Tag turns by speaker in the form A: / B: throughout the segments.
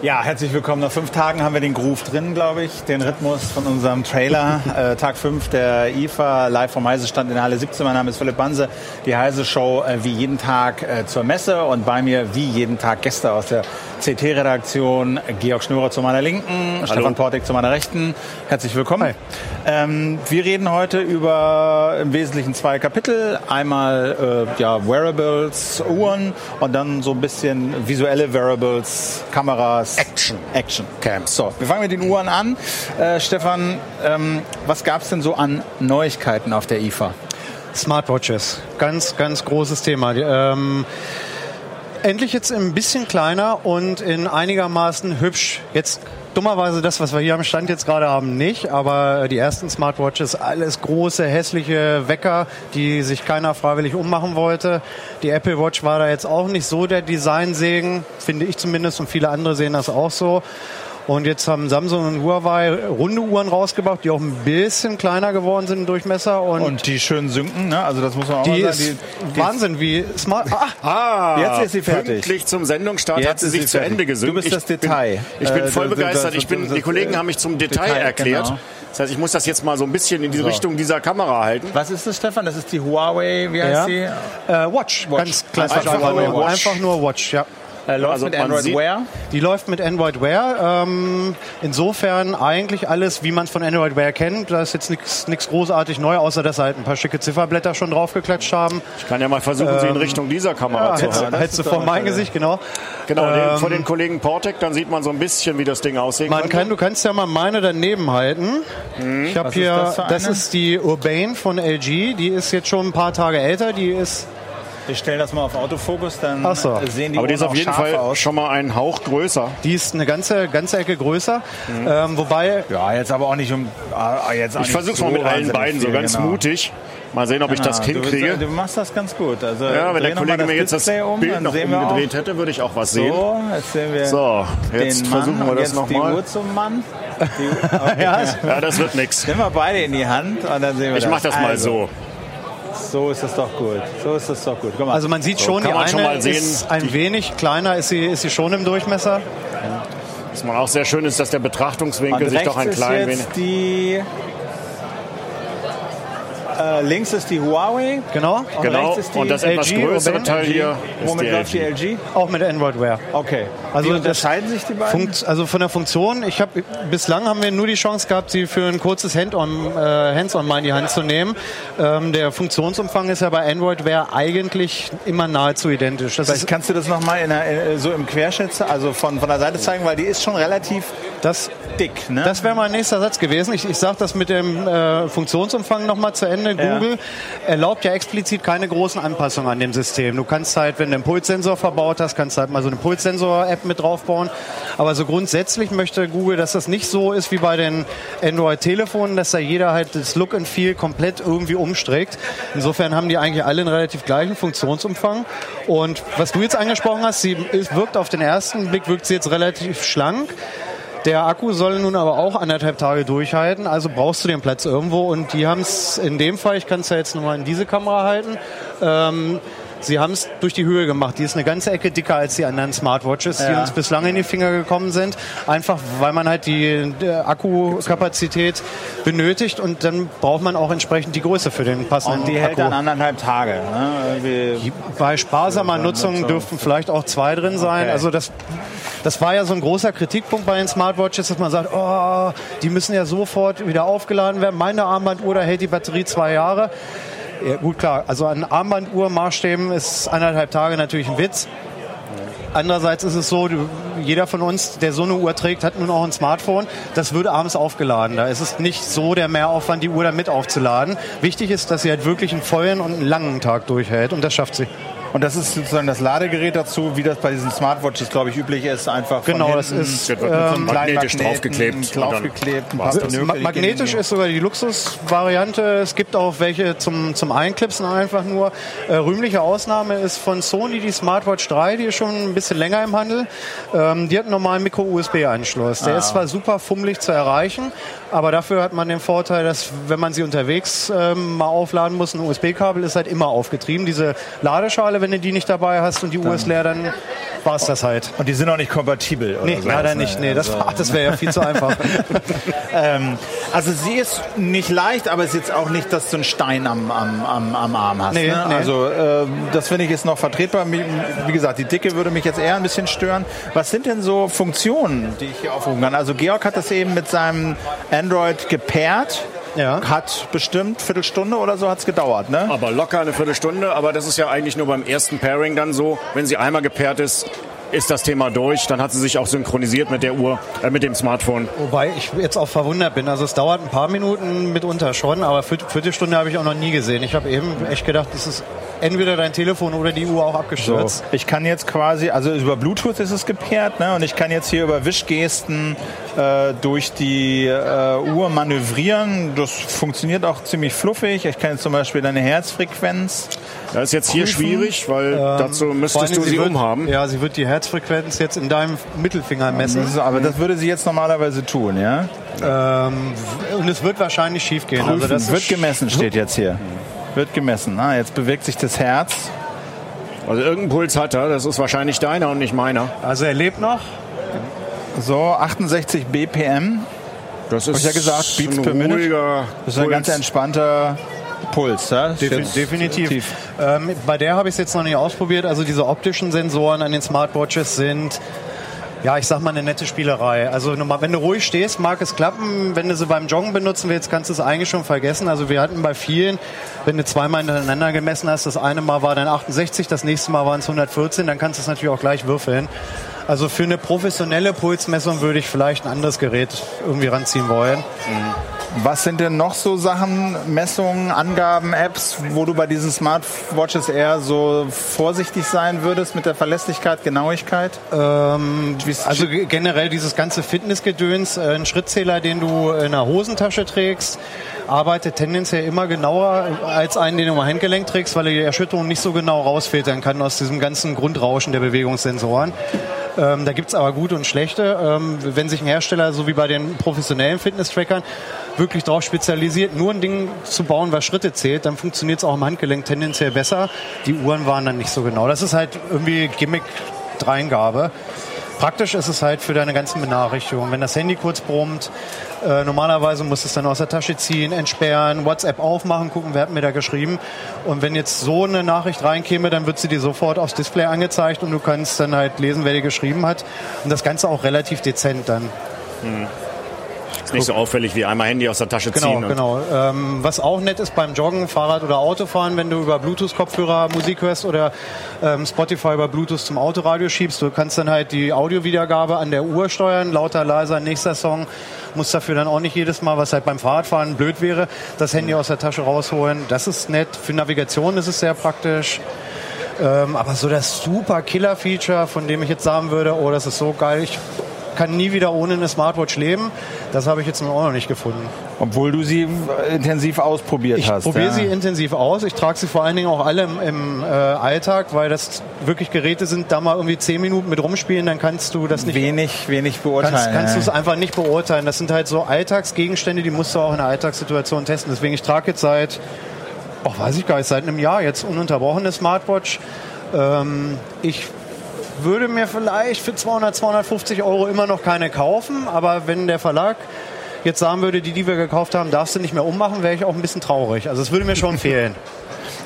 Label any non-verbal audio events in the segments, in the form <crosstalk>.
A: Ja, herzlich willkommen. Nach fünf Tagen haben wir den Groove drin, glaube ich, den Rhythmus von unserem Trailer. Äh, Tag fünf der IFA, live vom Heisestand in der Halle 17. Mein Name ist Philipp Banse. Die Heise Show äh, wie jeden Tag äh, zur Messe und bei mir wie jeden Tag Gäste aus der CT-Redaktion. Georg Schnürer zu meiner Linken, Stefan Portek zu meiner Rechten. Herzlich willkommen. Ähm, wir reden heute über im Wesentlichen zwei Kapitel. Einmal äh, ja, Wearables, Uhren und dann so ein bisschen visuelle Wearables, Kameras,
B: Action.
A: Action. Camps. So, wir fangen mit den Uhren an. Äh, Stefan, ähm, was gab's denn so an Neuigkeiten auf der IFA?
B: Smartwatches, ganz, ganz großes Thema. Die, Ähm, endlich jetzt ein bisschen kleiner und in einigermaßen hübsch. Jetzt dummerweise das, was wir hier am Stand jetzt gerade haben, nicht, aber äh, die ersten Smartwatches, alles große, hässliche Wecker, die sich keiner freiwillig ummachen wollte. Die Apple Watch war da jetzt auch nicht so der Designsegen, finde ich zumindest, und viele andere sehen das auch so. Und jetzt haben Samsung und Huawei runde Uhren rausgebracht, die auch ein bisschen kleiner geworden sind im Durchmesser. Und,
A: Und die schönen Synken, ne? Also das muss man auch
B: die
A: mal
B: ist
A: sagen.
B: Wahnsinn, wie smart. Ah,
C: Ah,
A: Jetzt ist sie fertig.
C: Pünktlich zum Sendungsstart
A: Jetzt
C: hat sie
A: ist
C: sich
A: sie
C: zu
A: fertig.
C: Ende gesungen.
A: Du bist das Detail.
C: Ich bin, ich bin
A: Äh,
C: voll
A: das- das-
C: begeistert.
A: das-
C: Ich bin,
A: das-
C: die Kollegen haben mich zum Detail,
A: Detail,
C: erklärt.
A: genau.
C: Das heißt, ich muss das jetzt mal so ein bisschen in die Richtung dieser Kamera halten.
A: was ist das, Stefan? Das ist die Huawei, wie heißt
B: ja.
A: sie?
B: Äh, Watch. ganz klassisch.
C: Einfach
B: Einfach,
C: nur
B: nur
C: Watch.
B: einfach nur Watch, ja.
A: Äh, läuft
C: Also
A: mit
C: man
A: Android
C: sieht-
A: Wear.
B: Die läuft mit Android Wear. Ähm, insofern eigentlich alles, wie man es von Android Wear kennt. Da ist jetzt nichts großartig neu, außer dass halt ein paar schicke Zifferblätter schon draufgeklatscht haben.
C: Ich kann ja mal versuchen, sie in Richtung dieser Kamera
B: Ja,
C: zu
B: hättest
C: halten.
A: das
B: hättest du
A: ist
B: vor
A: doch
B: mein
A: eine-
B: Gesicht, genau.
C: Genau, den, von den Kollegen Portek, dann sieht man so ein bisschen, wie das Ding aussehen
B: Man
C: könnte.
B: kann, du kannst ja mal meine daneben halten. Ich habe
A: Was
B: hier,
A: ist das für
B: das
A: eine?
B: ist die Urbane von LG. Die ist jetzt schon ein paar Tage älter. Die ist
A: Wir stellen das mal auf Autofokus, dann
B: Ach so.
A: äh, sehen die
C: Aber die
A: Uhren
C: ist auf
A: auch
C: jeden
A: scharf
C: Fall
A: aus.
C: schon mal einen Hauch größer.
B: Die ist eine ganze, ganze Ecke größer. Ähm, wobei,
A: Ja, jetzt aber auch nicht um. ah, Jetzt auch
C: Ich
A: nicht
C: versuch's
A: so
C: mal mit allen
A: wahnsinnig
C: beiden, so
A: viel,
C: ganz
A: genau.
C: mutig. Mal sehen, ob ich das
A: Ja,
C: hinkriege.
A: Du, du machst das ganz gut. Also,
C: ja,
A: dreh
C: wenn der
A: noch mal
C: Kollege mir jetzt das
A: Display um,
C: Bild
A: dann
C: noch
A: sehen wir auch.
C: umgedreht hätte, würde ich auch was sehen.
A: So, jetzt sehen wir
C: So, jetzt
A: den Mann
C: versuchen wir
A: und
C: das
A: jetzt
C: noch
A: die
C: mal.
A: Uhr zum Mann.
C: <laughs>
A: Die, okay.
C: Ja, das wird nix.
A: Nehmen wir beide in die Hand und dann sehen wir
C: Ich mach das mal
A: also,
C: so.
A: So ist das doch gut. So ist das doch gut. Guck mal.
B: also man sieht schon, die
C: kann man
B: eine
C: schon mal sehen,
B: ist ein wenig kleiner, ist sie, ist sie schon im Durchmesser.
C: Was man auch sehr schön ist, dass der
A: und
C: Betrachtungswinkel sich
A: rechts
C: doch ein
A: ist
C: klein
A: jetzt
C: wenig.
A: die... Äh, links ist die Huawei.
B: Genau.
A: Und
C: Genau,
A: rechts ist die
C: und das etwas
B: LG,
C: größere
B: Robin,
C: Teil hier ist
A: Womit läuft
C: die
A: die
C: LG.
A: LG?
B: Auch mit Android Wear.
A: Okay.
B: Also
A: Wie
B: das
A: unterscheiden sich die beiden?
B: Funkt, also von der Funktion, ich habe bislang haben wir nur die Chance gehabt, sie für ein kurzes Hand-on, äh, Hands-on mal in die Hand zu nehmen. Ähm, der Funktionsumfang ist ja bei Android Wear eigentlich immer nahezu identisch. Das
A: Vielleicht
B: ist,
A: kannst du das nochmal in der, in- so im Querschnitt, also von, von der Seite zeigen, weil die ist schon relativ
B: das
A: dick. Ne?
B: Das wäre mein nächster Satz gewesen. Ich, ich sage das mit dem äh, Funktionsumfang nochmal zu Ende.
A: Ja.
B: Google erlaubt ja explizit keine großen Anpassungen an dem System. Du kannst halt, wenn du einen Pulssensor verbaut hast, kannst du halt mal so eine Pulssensor-App mit draufbauen. Aber so grundsätzlich möchte Google, dass das nicht so ist wie bei den Android-Telefonen, dass da jeder halt das Look and Feel komplett irgendwie umstrickt. Insofern haben die eigentlich alle einen relativ gleichen Funktionsumfang. Und was du jetzt angesprochen hast, sie ist, wirkt auf den ersten Blick, wirkt sie jetzt relativ schlank. Der Akku soll nun aber auch anderthalb Tage durchhalten, also brauchst du den Platz irgendwo. Und die haben es in dem Fall, ich kann es ja jetzt nochmal in diese Kamera halten, ähm, sie haben es durch die Höhe gemacht. Die ist eine ganze Ecke dicker als die anderen Smartwatches, die
A: Ja.
B: uns bislang in die Finger gekommen sind. Einfach weil man halt die äh, Akkukapazität benötigt und dann braucht man auch entsprechend die Größe für den passenden
A: und die hält
B: Akku.
A: dann anderthalb Tage. Ne? Irgendwie-
B: Bei
A: Also
B: sparsamer Nutzung dürften vielleicht auch zwei drin sein.
A: Okay.
B: Also das, das war ja so ein großer Kritikpunkt bei den Smartwatches, dass man sagt, oh, die müssen ja sofort wieder aufgeladen werden. Meine Armbanduhr, da hält die Batterie zwei Jahre. Ja, gut, klar. Also an Armbanduhr-Maßstäben ist anderthalb Tage natürlich ein Witz. Andererseits ist es so, du- jeder von uns, der so eine Uhr trägt, hat nun auch ein Smartphone. Das würde abends aufgeladen. Da ist es nicht so der Mehraufwand, die Uhr damit aufzuladen. Wichtig ist, dass sie halt wirklich einen vollen und einen langen Tag durchhält. Und das schafft sie.
A: Und das ist sozusagen das Ladegerät dazu, wie das bei diesen Smartwatches, glaube ich, üblich ist. Einfach von
B: Genau, das
A: hinten
B: ist,
C: Das wird mit so einem
A: einen kleinen
C: magnetisch
A: Magneten
C: draufgeklebt. und dann
A: Draufgeklebt, ein
C: war's
A: paar
C: das.
A: Pinökel,
B: Ma
A: die
B: magnetisch
A: gehen
B: ist sogar die Luxusvariante. Es gibt auch welche zum, zum Einklipsen einfach nur. Äh, rühmliche Ausnahme ist von Sony die Smartwatch 3, die ist schon ein bisschen länger im Handel. Ähm, die hat einen normalen Micro-USB-Anschluss. Der ist zwar super fummelig zu erreichen, aber dafür hat man den Vorteil, dass wenn man sie unterwegs ähm, mal aufladen muss, ein USB-Kabel ist halt immer aufgetrieben. Diese Ladeschale, wenn du die nicht dabei hast und die Uhr ist leer, dann war es das halt.
A: Und die sind auch nicht kompatibel. Oder
B: Nee,
A: so. Also,
B: leider nicht. Nee, das, halt. Also. ach, das wäre ja viel zu <laughs> einfach.
A: Ähm, also sie ist nicht leicht, aber es ist jetzt auch nicht, dass du einen Stein am, am, am, am Arm hast.
B: Nee,
A: ne?
B: nee.
A: Also ähm, das finde ich ist noch vertretbar. Wie wie gesagt, die Dicke würde mich jetzt eher ein bisschen stören. Was sind denn so Funktionen, die ich hier aufrufen kann? Also Georg hat das eben mit seinem Android gepaart.
B: Ja.
A: Hat bestimmt Viertelstunde oder so hat es gedauert, ne?
C: Aber locker eine Viertelstunde. Aber das ist ja eigentlich nur beim ersten Pairing dann so. Wenn sie einmal gepaart ist, ist das Thema durch. Dann hat sie sich auch synchronisiert mit der Uhr, äh, mit dem Smartphone.
B: Wobei ich jetzt auch verwundert bin. Also es dauert ein paar Minuten mitunter schon, aber Viert- Viertelstunde habe ich auch noch nie gesehen. Ich habe eben echt gedacht, das ist entweder dein Telefon oder die Uhr auch
A: So.
B: abgestürzt.
A: Ich kann jetzt quasi, also über Bluetooth ist es gepaart, ne? Und ich kann jetzt hier über Wischgesten äh, durch die äh, Uhr manövrieren. Das funktioniert auch ziemlich fluffig. Ich kann jetzt zum Beispiel deine Herzfrequenz.
C: Das ist jetzt hier
A: Prüfen. ähm,
C: schwierig, weil dazu
B: Vor allen
C: müsstest
B: Dingen,
C: du sie,
B: wird,
C: umhaben.
B: Ja, sie wird die Herzfrequenz jetzt in deinem Mittelfinger messen.
A: So, aber das würde sie jetzt normalerweise tun, ja?
C: Mhm.
B: Ähm, und es wird wahrscheinlich schief gehen. Also
A: Prüfen. Hm.
B: das
A: wird
B: ist
A: gemessen, steht jetzt hier. Wird gemessen. Ah, jetzt bewegt sich das Herz.
C: Also irgendeinen Puls hat er. Das ist wahrscheinlich deiner und nicht meiner.
B: also er lebt noch.
A: So, 68 BPM.
C: Das ist
A: ich ja gesagt, Beats
C: ein
A: per Minute.
C: ruhiger
A: Das ist ein
C: Puls.
A: ganz entspannter Puls, ja? Ist
B: Defi
A: jetzt
B: definitiv.
A: tief.
B: Ähm, bei der habe ich es jetzt noch nicht ausprobiert. Also diese optischen Sensoren an den Smartwatches sind, ja, ich sag mal, eine nette Spielerei. Also nur mal- wenn du ruhig stehst, mag es klappen. Wenn du sie beim Joggen benutzen willst, kannst du es eigentlich schon vergessen. Also wir hatten bei vielen, wenn du zweimal hintereinander gemessen hast, das eine Mal war dann 68, das nächste Mal waren es 114, dann kannst du es natürlich auch gleich würfeln. Also für eine professionelle Pulsmessung würde ich vielleicht ein anderes Gerät irgendwie ranziehen wollen.
A: Was sind denn noch so Sachen, Messungen, Angaben, Apps, wo du bei diesen Smartwatches eher so vorsichtig sein würdest mit der Verlässlichkeit, Genauigkeit?
B: Also ge- generell dieses ganze Fitnessgedöns, äh, ein Schrittzähler, den du in der Hosentasche trägst, arbeitet tendenziell immer genauer als einen, den du im Handgelenk trägst, weil er die Erschütterung nicht so genau rausfiltern kann aus diesem ganzen Grundrauschen der Bewegungssensoren. Ähm, da gibt's aber gute und schlechte. Ähm, wenn sich ein Hersteller, so wie bei den professionellen Fitness-Trackern, wirklich darauf spezialisiert, nur ein Ding zu bauen, was Schritte zählt, dann funktioniert's auch im Handgelenk tendenziell besser. Die Uhren waren dann nicht so genau. Das ist halt irgendwie Gimmick-Dreingabe. Praktisch ist es halt für deine ganzen Benachrichtigungen. Wenn das Handy kurz brummt, äh, normalerweise musst du es dann aus der Tasche ziehen, entsperren, WhatsApp aufmachen, gucken, wer hat mir da geschrieben. Und wenn jetzt so eine Nachricht reinkäme, dann wird sie dir sofort aufs Display angezeigt und du kannst dann halt lesen, wer dir geschrieben hat. Und das Ganze auch relativ dezent dann.
C: Ist nicht so auffällig wie einmal Handy aus der Tasche
B: Genau,
C: ziehen. und-
B: genau. Ähm, was auch nett ist beim Joggen, Fahrrad oder Autofahren, wenn du über Bluetooth-Kopfhörer Musik hörst oder ähm, Spotify über Bluetooth zum Autoradio schiebst, du kannst dann halt die Audiowiedergabe an der Uhr steuern, lauter, leiser, nächster Song. Musst dafür dann auch nicht jedes Mal, was halt beim Fahrradfahren blöd wäre, das Handy aus der Tasche rausholen. Das ist nett. Für Navigation ist es sehr praktisch. Ähm, aber so das super Killer-Feature, von dem ich jetzt sagen würde, oh, das ist so geil, ich kann nie wieder ohne eine Smartwatch leben, das habe ich jetzt auch noch nicht gefunden.
A: Obwohl du sie äh, intensiv ausprobiert
B: Ich
A: hast.
B: probiere
A: ja.
B: sie intensiv aus. Ich trage sie vor allen Dingen auch alle im, im äh, Alltag, weil das wirklich Geräte sind, da mal irgendwie zehn Minuten mit rumspielen, dann kannst du das nicht.
A: wenig, wenig beurteilen.
B: Kannst, kannst du es
A: ja.
B: einfach nicht beurteilen. Das sind halt so Alltagsgegenstände, die musst du auch in der Alltagssituation testen. Deswegen, ich trage jetzt seit, ach, weiß ich gar nicht, seit einem Jahr jetzt ununterbrochen eine Smartwatch. Ähm, ich würde mir vielleicht für 200, 250 Euro immer noch keine kaufen, aber wenn der Verlag jetzt sagen würde, die, die wir gekauft haben, darfst du nicht mehr ummachen, wäre ich auch ein bisschen traurig. Also es würde mir schon fehlen.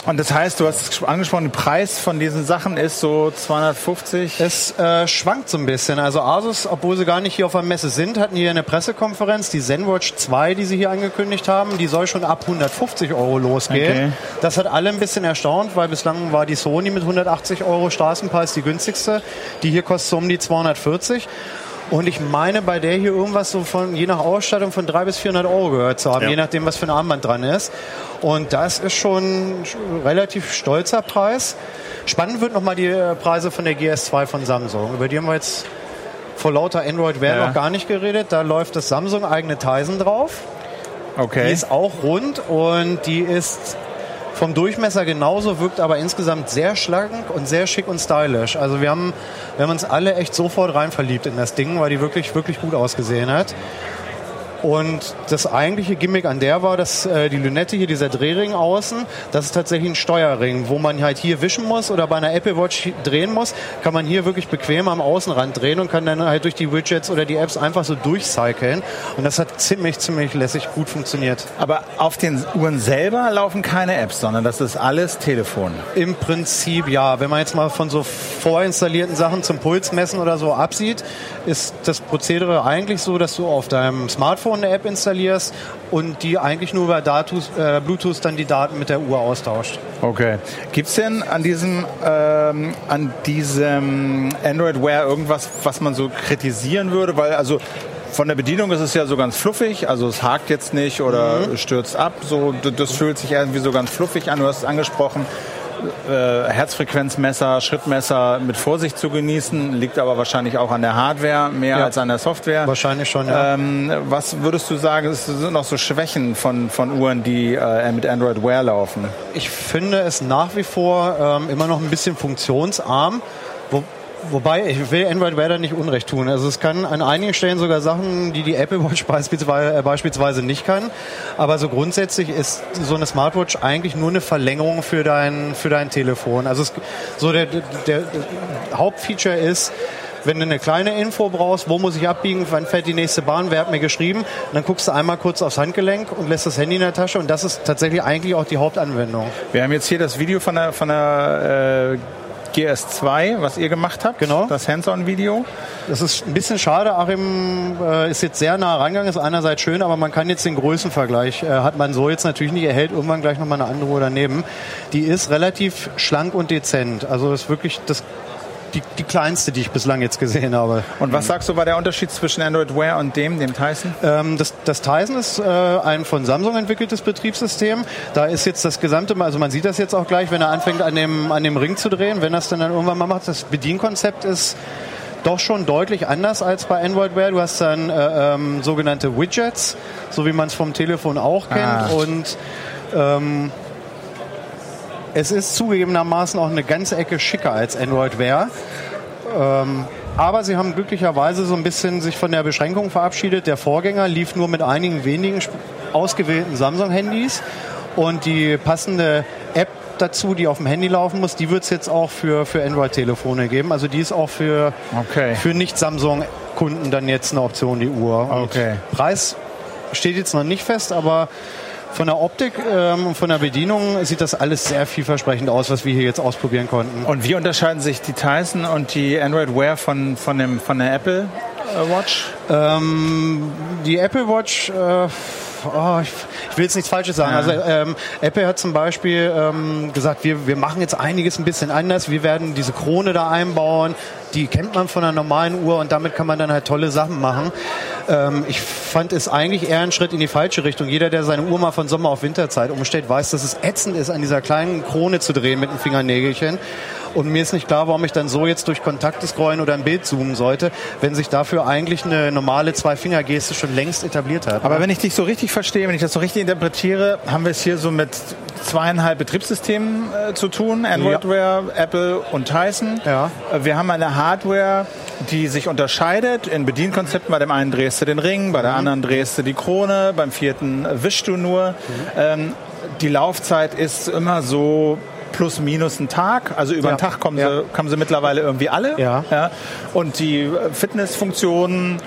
A: Und das heißt, du hast es angesprochen, der Preis von diesen Sachen ist so 250.
B: Es äh, schwankt so ein bisschen. Also Asus, obwohl sie gar nicht hier auf der Messe sind, hatten hier eine Pressekonferenz. Die ZenWatch 2, die sie hier angekündigt haben, die soll schon ab 150 Euro losgehen.
A: Okay.
B: Das hat alle ein bisschen erstaunt, weil bislang war die Sony mit 180 Euro Straßenpreis die günstigste. Die hier kostet so um die 240. Und ich meine, bei der hier irgendwas so von, je nach Ausstattung, von 300 bis 400 Euro gehört zu haben,
C: Ja.
B: je nachdem, was für ein Armband dran ist. Und das ist schon ein relativ stolzer Preis. Spannend wird nochmal die äh, Preise von der GS2 von Samsung. Über die haben wir jetzt vor lauter Android-Wear
A: Ja.
B: noch gar nicht geredet. Da läuft das Samsung-eigene Tizen drauf. Die
A: Okay.
B: ist auch rund und die ist vom Durchmesser genauso, wirkt aber insgesamt sehr schlank und sehr schick und stylisch. Also wir haben, wir haben uns alle echt sofort rein verliebt in das Ding, weil die wirklich, wirklich gut ausgesehen hat. Und das eigentliche Gimmick an der war, dass äh, die Lünette hier, dieser Drehring außen, das ist tatsächlich ein Steuerring, wo man halt hier wischen muss oder bei einer Apple Watch drehen muss, kann man hier wirklich bequem am Außenrand drehen und kann dann halt durch die Widgets oder die Apps einfach so durchcyclen. Und das hat ziemlich, ziemlich lässig gut funktioniert.
A: Aber auf den Uhren selber laufen keine Apps, sondern das ist alles Telefon.
B: Im Prinzip ja. Wenn man jetzt mal von so vorinstallierten Sachen zum Pulsmessen oder so absieht, ist das Prozedere eigentlich so, dass du auf deinem Smartphone eine App installierst und die eigentlich nur über Datus, äh, Bluetooth dann die Daten mit der Uhr austauscht.
A: Okay. Gibt's denn an diesem, ähm, an diesem Android Wear irgendwas, was man so kritisieren würde? Weil also von der Bedienung ist es ja so ganz fluffig, also es hakt jetzt nicht oder stürzt ab. So, d- das fühlt sich irgendwie so ganz fluffig an. Du hast es angesprochen. Äh, Herzfrequenzmesser, Schrittmesser mit Vorsicht zu genießen, liegt aber wahrscheinlich auch an der Hardware mehr
B: Ja.
A: als an der Software.
B: Wahrscheinlich schon, ja.
A: Ähm, was würdest du sagen, es sind noch so Schwächen von, von Uhren, die äh, mit Android Wear laufen?
B: Ich finde es nach wie vor ähm, immer noch ein bisschen funktionsarm. Wo, wobei, ich will Android Wear da nicht Unrecht tun. Also es kann an einigen Stellen sogar Sachen, die die Apple Watch <laughs> beispielsweise, äh, beispielsweise nicht kann. Aber so grundsätzlich ist so eine Smartwatch eigentlich nur eine Verlängerung für dein, für dein Telefon. Also es, so der, der, der Hauptfeature ist, wenn du eine kleine Info brauchst, wo muss ich abbiegen, wann fährt die nächste Bahn, wer hat mir geschrieben, dann guckst du einmal kurz aufs Handgelenk und lässt das Handy in der Tasche und das ist tatsächlich eigentlich auch die Hauptanwendung.
A: Wir haben jetzt hier das Video von der, von der äh, GS2, was ihr gemacht habt.
B: Genau.
A: Das Hands-on-Video.
B: Das ist ein bisschen schade. Achim äh, ist jetzt sehr nah rangegangen, ist einerseits schön, aber man kann jetzt den Größenvergleich, äh, hat man so jetzt natürlich nicht, erhält irgendwann gleich nochmal eine andere Uhr daneben. Die ist relativ schlank und dezent. Also ist wirklich das, die, die kleinste, die ich bislang jetzt gesehen habe.
A: Und was sagst du, war der Unterschied zwischen Android Wear und dem, dem Tyson?
B: Ähm, das, das Tizen ist äh, ein von Samsung entwickeltes Betriebssystem. Da ist jetzt das gesamte, also man sieht das jetzt auch gleich, wenn er anfängt an dem, an dem Ring zu drehen, wenn das dann, dann irgendwann mal macht. Das Bedienkonzept ist doch schon deutlich anders als bei Android Wear. Du hast dann äh, ähm, sogenannte Widgets, so wie man es vom Telefon auch kennt.
A: Ah.
B: Und ähm, es ist zugegebenermaßen auch eine ganze Ecke schicker als Android Wear. Ähm, aber sie haben glücklicherweise so ein bisschen sich von der Beschränkung verabschiedet. Der Vorgänger lief nur mit einigen wenigen sp- ausgewählten Samsung-Handys und die passende App dazu, die auf dem Handy laufen muss, die wird es jetzt auch für, für Android-Telefone geben. Also die ist auch für,
A: Okay.
B: für Nicht-Samsung-Kunden dann jetzt eine Option, die Uhr. Und
A: Okay.
B: Preis steht jetzt noch nicht fest, aber von der Optik ähm, und von der Bedienung sieht das alles sehr vielversprechend aus, was wir hier jetzt ausprobieren konnten.
A: Und wie unterscheiden sich die Tyson und die Android Wear von, von, dem, von der Apple äh, Watch?
B: Ähm, die Apple Watch, äh, oh, ich, ich will jetzt nichts Falsches sagen.
A: Ja.
B: Also ähm, Apple hat zum Beispiel ähm, gesagt, wir, wir machen jetzt einiges ein bisschen anders. Wir werden diese Krone da einbauen. Die kennt man von einer normalen Uhr und damit kann man dann halt tolle Sachen machen. Ähm, ich fand es eigentlich eher ein Schritt in die falsche Richtung. Jeder, der seine Uhr mal von Sommer auf Winterzeit umstellt, weiß, dass es ätzend ist, an dieser kleinen Krone zu drehen mit dem Fingernägelchen. Und mir ist nicht klar, warum ich dann so jetzt durch Kontakte scrollen oder ein Bild zoomen sollte, wenn sich dafür eigentlich eine normale Zwei-Finger-Geste schon längst etabliert hat.
A: Aber wenn ich dich so richtig verstehe, wenn ich das so richtig interpretiere, haben wir es hier so mit zweieinhalb Betriebssystemen äh, zu tun. Android
B: Ja.
A: Wear, Apple und Tyson.
B: Ja.
A: Äh, Wir haben eine Hardware, die sich unterscheidet. In Bedienkonzepten, bei dem einen drehst du den Ring, bei
B: Mhm.
A: der anderen drehst du die Krone, beim vierten äh, wischst du nur.
B: Mhm.
A: Ähm, die Laufzeit ist immer so plus minus ein Tag. Also über
B: Ja.
A: den Tag kommen,
B: Ja.
A: sie, kommen sie mittlerweile irgendwie alle.
B: Ja.
A: Ja. Und die äh, Fitnessfunktionen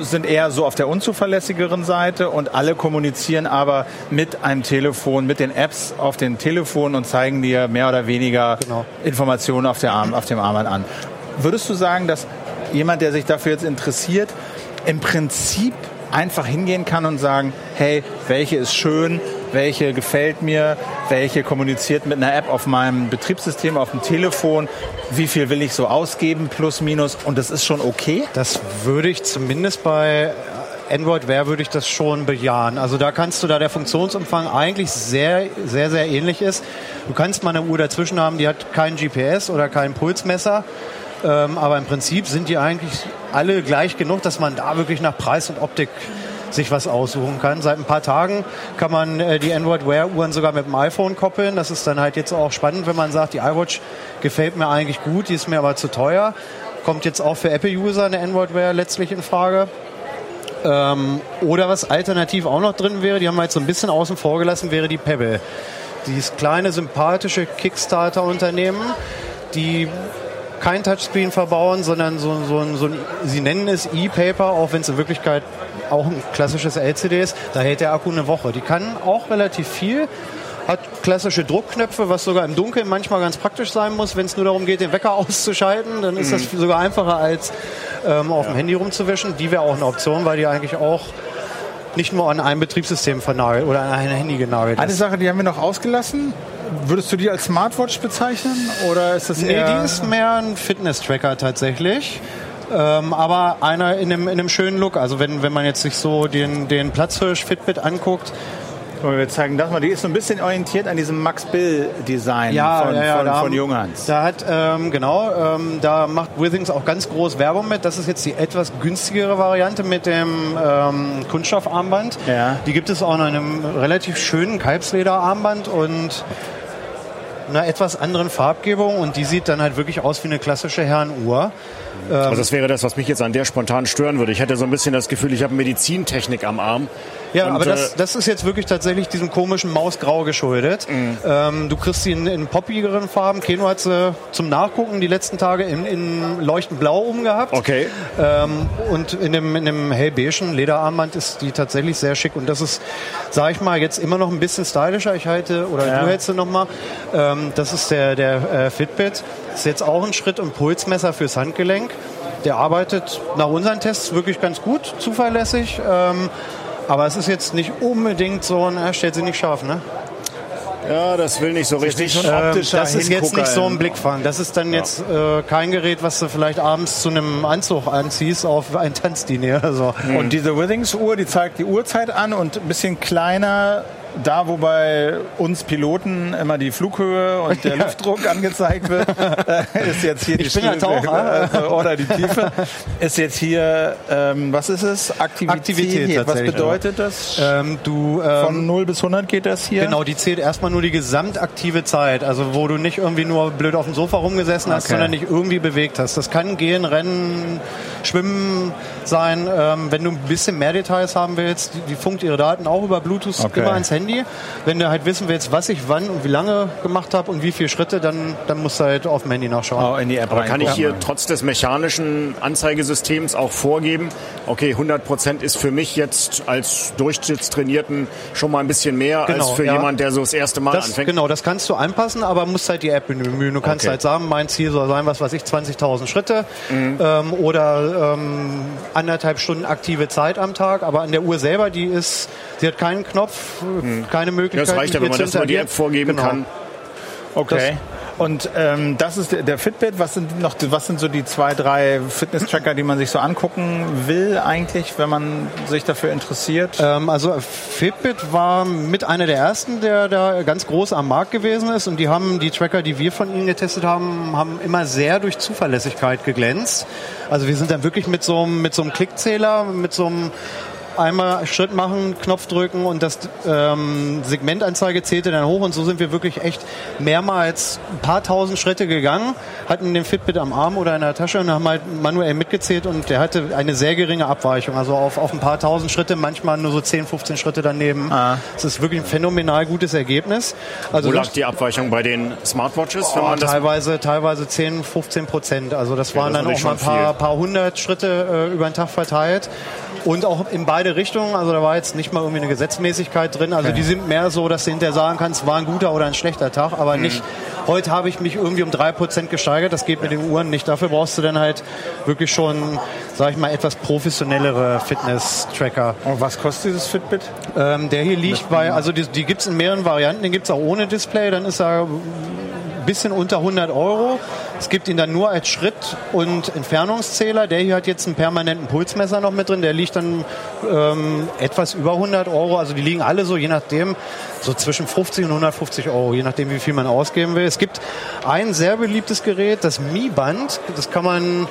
A: sind eher so auf der unzuverlässigeren Seite und alle kommunizieren aber mit einem Telefon, mit den Apps auf den Telefonen und zeigen dir mehr oder weniger
B: Genau.
A: Informationen auf, der Arm, auf dem Armband an. Würdest du sagen, dass jemand, der sich dafür jetzt interessiert, im Prinzip einfach hingehen kann und sagen, hey, welche ist schön, welche gefällt mir, welche kommuniziert mit einer App auf meinem Betriebssystem, auf dem Telefon, wie viel will ich so ausgeben, plus, minus und das ist schon okay?
B: Das würde ich zumindest bei Android wäre, würde ich das schon bejahen. Also da kannst du, da der Funktionsumfang eigentlich sehr, sehr, sehr ähnlich ist, du kannst mal eine Uhr dazwischen haben, die hat kein GPS oder kein Pulsmesser, ähm, aber im Prinzip sind die eigentlich alle gleich genug, dass man da wirklich nach Preis und Optik sich was aussuchen kann. Seit ein paar Tagen kann man äh, die Android Wear Uhren sogar mit dem iPhone koppeln. Das ist dann halt jetzt auch spannend, wenn man sagt, die iWatch gefällt mir eigentlich gut, die ist mir aber zu teuer. Kommt jetzt auch für Apple-User eine Android Wear letztlich in Frage. Ähm, oder was alternativ auch noch drin wäre, die haben wir jetzt so ein bisschen außen vor gelassen, wäre die Pebble. Dieses kleine, sympathische Kickstarter-Unternehmen, die kein Touchscreen verbauen, sondern so, so, ein- so ein, sie nennen es E-Paper, auch wenn es in Wirklichkeit auch ein klassisches LCD ist. Da hält der Akku eine Woche. Die kann auch relativ viel, hat klassische Druckknöpfe, was sogar im Dunkeln manchmal ganz praktisch sein muss, wenn es nur darum geht, den Wecker <laughs> auszuschalten, dann ist das sogar einfacher als ähm, auf dem Handy rumzuwischen. Die wäre auch eine Option, weil die eigentlich auch nicht nur an ein Betriebssystem vernagelt oder an ein Handy genagelt ist.
D: Eine Sache, die haben wir noch ausgelassen. Würdest du die als Smartwatch bezeichnen? Oder ist das
B: Nee,
D: eher...
B: die ist mehr ein Fitness-Tracker tatsächlich. Ähm, aber einer in einem, in einem schönen Look. Also wenn, wenn man jetzt sich so den, den Platzhirsch Fitbit anguckt.
A: Guck mal, Wir zeigen das mal, die ist so ein bisschen orientiert an diesem Max-Bill-Design von, von,
B: da-
A: von Junghans.
B: Da hat, ähm, genau, ähm, da macht Withings auch ganz groß Werbung mit. Das ist jetzt die etwas günstigere Variante mit dem ähm, Kunststoffarmband.
A: Ja.
B: Die gibt es auch in einem relativ schönen Kalbslederarmband und einer etwas anderen Farbgebung. Und die sieht dann halt wirklich aus wie eine klassische Herrenuhr.
C: Also das wäre das, was mich jetzt an der spontan stören würde. Ich hätte so ein bisschen das Gefühl, ich habe Medizintechnik am Arm.
B: Ja,
C: Und,
B: aber das,
C: äh,
B: das ist jetzt wirklich tatsächlich diesem komischen Mausgrau geschuldet.
C: Mhm.
B: Ähm, du kriegst sie in, in poppigeren Farben. Keno hat sie zum Nachgucken die letzten Tage in, in leuchtend blau umgehabt.
C: Okay.
B: Ähm, und in dem, in dem hellbeigen Lederarmband ist die tatsächlich sehr schick. Und das ist, sag ich mal, jetzt immer noch ein bisschen stylischer. Ich halte, oder du hältst sie nochmal. Ähm, das ist der, der äh, Fitbit. Ist jetzt auch ein Schritt- und Pulsmesser fürs Handgelenk. Der arbeitet nach unseren Tests wirklich ganz gut, zuverlässig. Ähm, aber es ist jetzt nicht unbedingt so ein, äh, stellt sie nicht scharf, ne?
C: Ja, das will nicht so richtig.
A: so ein
B: Ähm,
A: optischer
B: das ist jetzt
A: Hingucker
B: nicht so ein
A: im-
B: Blickfang. Das ist dann jetzt äh, kein Gerät, was du vielleicht abends zu einem Anzug anziehst auf ein Tanzdiner oder so.
D: Und diese Withings-Uhr, die zeigt die Uhrzeit an und ein bisschen kleiner, da wo bei uns Piloten immer die Flughöhe und <laughs> der Luftdruck angezeigt wird, äh, ist jetzt hier
B: Ich
D: die
B: bin ja
D: Stunde-
B: Taucher.
D: äh, oder die Tiefe, <laughs> ist jetzt hier, ähm, was ist es? Aktivität.
B: Aktivität
D: was
B: tatsächlich,
D: bedeutet das?
B: Ähm, du ähm,
D: Von 0 bis 100 geht das hier?
B: Genau, die zählt erstmal nur die gesamtaktive Zeit, also wo du nicht irgendwie nur blöd auf dem Sofa rumgesessen hast,
D: Okay.
B: sondern dich irgendwie bewegt hast. Das kann gehen, rennen, schwimmen sein. Ähm, wenn du ein bisschen mehr Details haben willst, die, die funkt ihre Daten auch über Bluetooth
D: Okay.
B: immer ans Handy. Wenn du halt wissen willst, was ich wann und wie lange gemacht habe und wie viele Schritte, dann, dann musst du halt auf dem Handy nachschauen.
A: Oh, in die App
C: Aber kann ich
A: reingucken.
C: hier trotz des mechanischen Anzeigesystems auch vorgeben, okay, 100% ist für mich jetzt als Durchschnittstrainierten schon mal ein bisschen mehr als
B: Genau,
C: für
B: ja.
C: jemand, der so das erste Mal
B: Das,
C: anfängt?
B: genau, das kannst du anpassen, aber musst halt die App bemühen. Du kannst
C: Okay.
B: halt sagen, mein Ziel soll sein, was weiß ich, 20.000 Schritte
C: Mhm.
B: ähm, oder ähm, anderthalb Stunden aktive Zeit am Tag. Aber an der Uhr selber, die ist, sie hat keinen Knopf, äh, keine Möglichkeit.
C: Das reicht Mhm. ja, wenn man das über die App vorgeben
B: Genau.
C: kann.
D: Okay. Und ähm, das ist der- der Fitbit. Was sind noch, was sind so die zwei, drei Fitness-Tracker, die man sich so angucken will eigentlich, wenn man sich dafür interessiert?
B: Ähm, also Fitbit war mit einer der ersten, der da ganz groß am Markt gewesen ist. Und die haben, die Tracker, die wir von ihnen getestet haben, haben immer sehr durch Zuverlässigkeit geglänzt. Also wir sind dann wirklich mit so einem, mit so einem Klickzähler, mit so einem einmal Schritt machen, Knopf drücken und das ähm, Segmentanzeige zählte dann hoch und so sind wir wirklich echt mehrmals ein paar tausend Schritte gegangen, hatten den Fitbit am Arm oder in der Tasche und haben halt manuell mitgezählt und der hatte eine sehr geringe Abweichung, also auf, auf ein paar tausend Schritte, manchmal nur so 10, 15 Schritte daneben. Es ist wirklich ein phänomenal gutes Ergebnis. Also
C: Wo lag
B: sonst-
C: die Abweichung bei den Smartwatches, wenn
B: Oh,
C: man das
B: teilweise, teilweise 10, 15 Prozent. Also das waren
C: das
B: dann auch
C: ist
B: mal ein
C: natürlich schon
B: paar, paar hundert Schritte äh, über den Tag verteilt. Und auch in beide Richtungen. Also da war jetzt nicht mal irgendwie
C: Mhm.
B: eine Gesetzmäßigkeit drin. Also die sind mehr so, dass du hinterher sagen kannst, war ein guter oder ein schlechter Tag, aber nicht, Heute habe ich mich irgendwie um 3% gesteigert. Das geht mit den Uhren nicht. Dafür brauchst du dann halt wirklich schon, sage ich mal, etwas professionellere Fitness-Tracker.
A: Und was kostet dieses Fitbit?
B: Ähm, der hier liegt bei, also die, die gibt es in mehreren Varianten. Den gibt es auch ohne Display. Dann ist er ein bisschen unter 100 Euro. Es gibt ihn dann nur als Schritt- und Entfernungszähler. Der hier hat jetzt einen permanenten Pulsmesser noch mit drin. Der liegt dann ähm, etwas über 100 Euro. Also die liegen alle so, je nachdem, so zwischen 50 und 150 Euro, je nachdem, wie viel man ausgeben will. Es gibt ein sehr beliebtes Gerät, das Mi-Band. Das kann man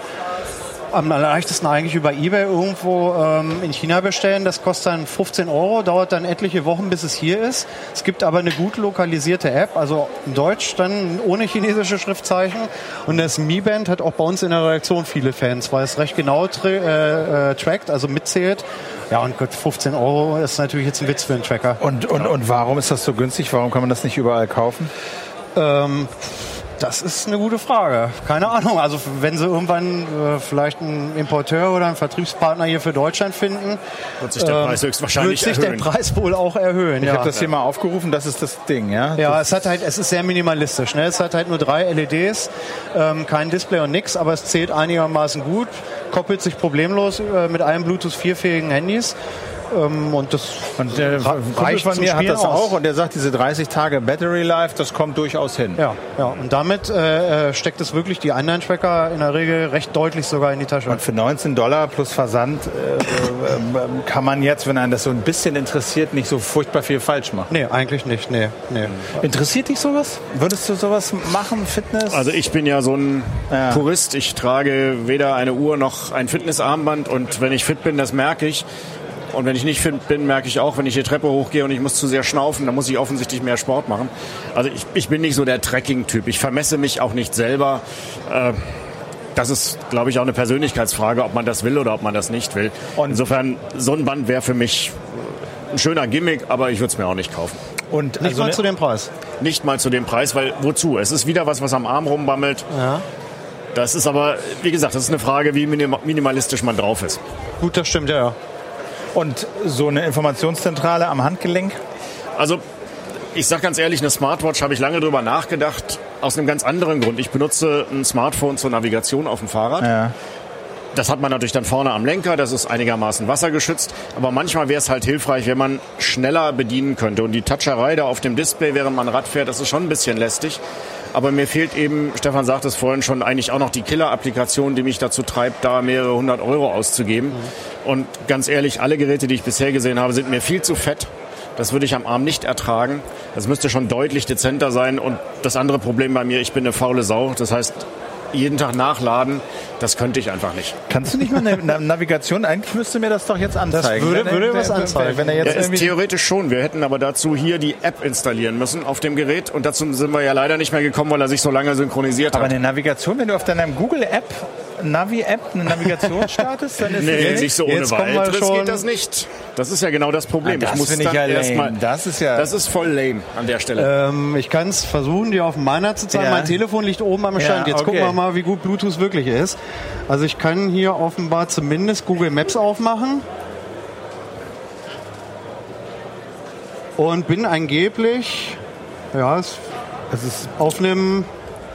B: am leichtesten eigentlich über Ebay irgendwo ähm, in China bestellen. Das kostet dann 15 Euro, dauert dann etliche Wochen, bis es hier ist. Es gibt aber eine gut lokalisierte App, also in Deutsch dann ohne chinesische Schriftzeichen. Und das Mi Band hat auch bei uns in der Redaktion viele Fans, weil es recht genau tra äh, äh, trackt, also mitzählt. Ja, und Gott, 15 Euro ist natürlich jetzt ein Witz für einen Tracker.
A: Und, und, und warum ist das so günstig? Warum kann man das nicht überall kaufen?
B: Ähm, das ist eine gute Frage. Keine Ahnung. Also wenn sie irgendwann äh, vielleicht einen Importeur oder einen Vertriebspartner hier für Deutschland finden,
C: Wird sich der Preis
B: ähm, wird
C: höchstwahrscheinlich
B: sich der
C: erhöhen.
B: Preis wohl auch erhöhen.
A: Ich
B: ja.
A: habe das hier mal aufgerufen, das ist das Ding, ja?
B: Ja, es hat halt, es ist sehr minimalistisch. Ne? Es hat halt nur drei LEDs, ähm, kein Display und nix, aber es zählt einigermaßen gut, koppelt sich problemlos äh, mit allen Bluetooth 4-fähigen Handys. Ähm, und das
A: Und der
B: Ra-
A: Kumpel
B: reicht
A: von
B: zum
A: mir hat
B: Spielen
A: das
B: aus.
A: auch und der sagt, diese 30 Tage Battery Life, das kommt durchaus hin.
B: ja, ja, und damit äh, äh, steckt es wirklich die anderen Tracker in der Regel recht deutlich sogar in die Tasche.
A: Und für 19 Dollar plus Versand äh, äh, ähm, kann man jetzt, wenn einen das so ein bisschen interessiert, nicht so furchtbar viel falsch machen.
B: Nee, eigentlich nicht. Nee, nee.
A: Mhm. Interessiert dich sowas? Würdest du sowas machen, Fitness?
C: Also ich bin ja so ein Purist. Ich trage weder eine Uhr noch ein Fitnessarmband und wenn ich fit bin, das merke ich. Und wenn ich nicht fit bin, merke ich auch, wenn ich die Treppe hochgehe und ich muss zu sehr schnaufen, dann muss ich offensichtlich mehr Sport machen. Also ich, ich bin nicht so der Trekking-Typ. Ich vermesse mich auch nicht selber. Äh, Das ist, glaube ich, auch eine Persönlichkeitsfrage, ob man das will oder ob man das nicht will. Insofern, so ein Band wäre für mich ein schöner Gimmick, aber ich würde es mir auch nicht kaufen.
A: und
B: Nicht
A: also
B: mal
A: ne-
B: zu dem Preis.
C: Nicht mal zu dem Preis, weil wozu? Es ist wieder was, was am Arm rumbammelt. Das ist aber, wie gesagt, das ist eine Frage, wie minim minimalistisch man drauf ist.
B: Gut, das stimmt, ja, ja.
A: und so eine Informationszentrale am Handgelenk?
C: Also, ich sag ganz ehrlich, eine Smartwatch habe ich lange drüber nachgedacht, aus einem ganz anderen Grund. Ich benutze ein Smartphone zur Navigation auf dem Fahrrad.
A: Ja.
C: Das hat man natürlich dann vorne am Lenker, das ist einigermaßen wassergeschützt, aber manchmal wäre es halt hilfreich, wenn man schneller bedienen könnte. Und die Toucherei da auf dem Display, während man Rad fährt, das ist schon ein bisschen lästig. Aber mir fehlt eben, Stefan sagte es vorhin schon, eigentlich auch noch die Killer-Applikation, die mich dazu treibt, da mehrere hundert Euro auszugeben. Und ganz ehrlich, alle Geräte, die ich bisher gesehen habe, sind mir viel zu fett. Das würde ich am Arm nicht ertragen. Das müsste schon deutlich dezenter sein. Und das andere Problem bei mir, ich bin eine faule Sau. Das heißt, jeden Tag nachladen, das könnte ich einfach nicht.
A: Kannst du nicht mal eine Na- Navigation? Eigentlich müsste mir das doch jetzt anzeigen.
B: würde-
A: Wenn er-
B: würde was
A: wenn-
B: anzeigen.
A: Wenn er jetzt
C: Ja, ist
A: irgendwie
C: theoretisch schon. Wir hätten aber dazu hier die App installieren müssen auf dem Gerät. Und dazu sind wir ja leider nicht mehr gekommen, weil er sich so lange synchronisiert
A: aber
C: hat.
A: eine Navigation, wenn du auf deiner Google App Navi App eine
B: <laughs>
A: Navigation startest, dann ist
C: Nee,
A: das
C: nicht so ohne
B: Jetzt kommen wir
C: weiteres
B: schon-
C: geht das nicht. Das ist ja genau das Problem.
A: Ah, das finde ich
C: dann
A: ja lame.
C: erst mal-
A: Das ist ja-
C: Das ist voll lame an der Stelle.
B: Ähm, ich kann es versuchen, dir auf meiner zu zeigen.
A: Ja.
B: Mein Telefon liegt oben am Stand. Jetzt
A: okay.
B: gucken wir mal, wie gut Bluetooth wirklich ist. Also ich kann hier offenbar zumindest Google Maps aufmachen. Und bin angeblich, ja, es-
A: das ist
B: auf einem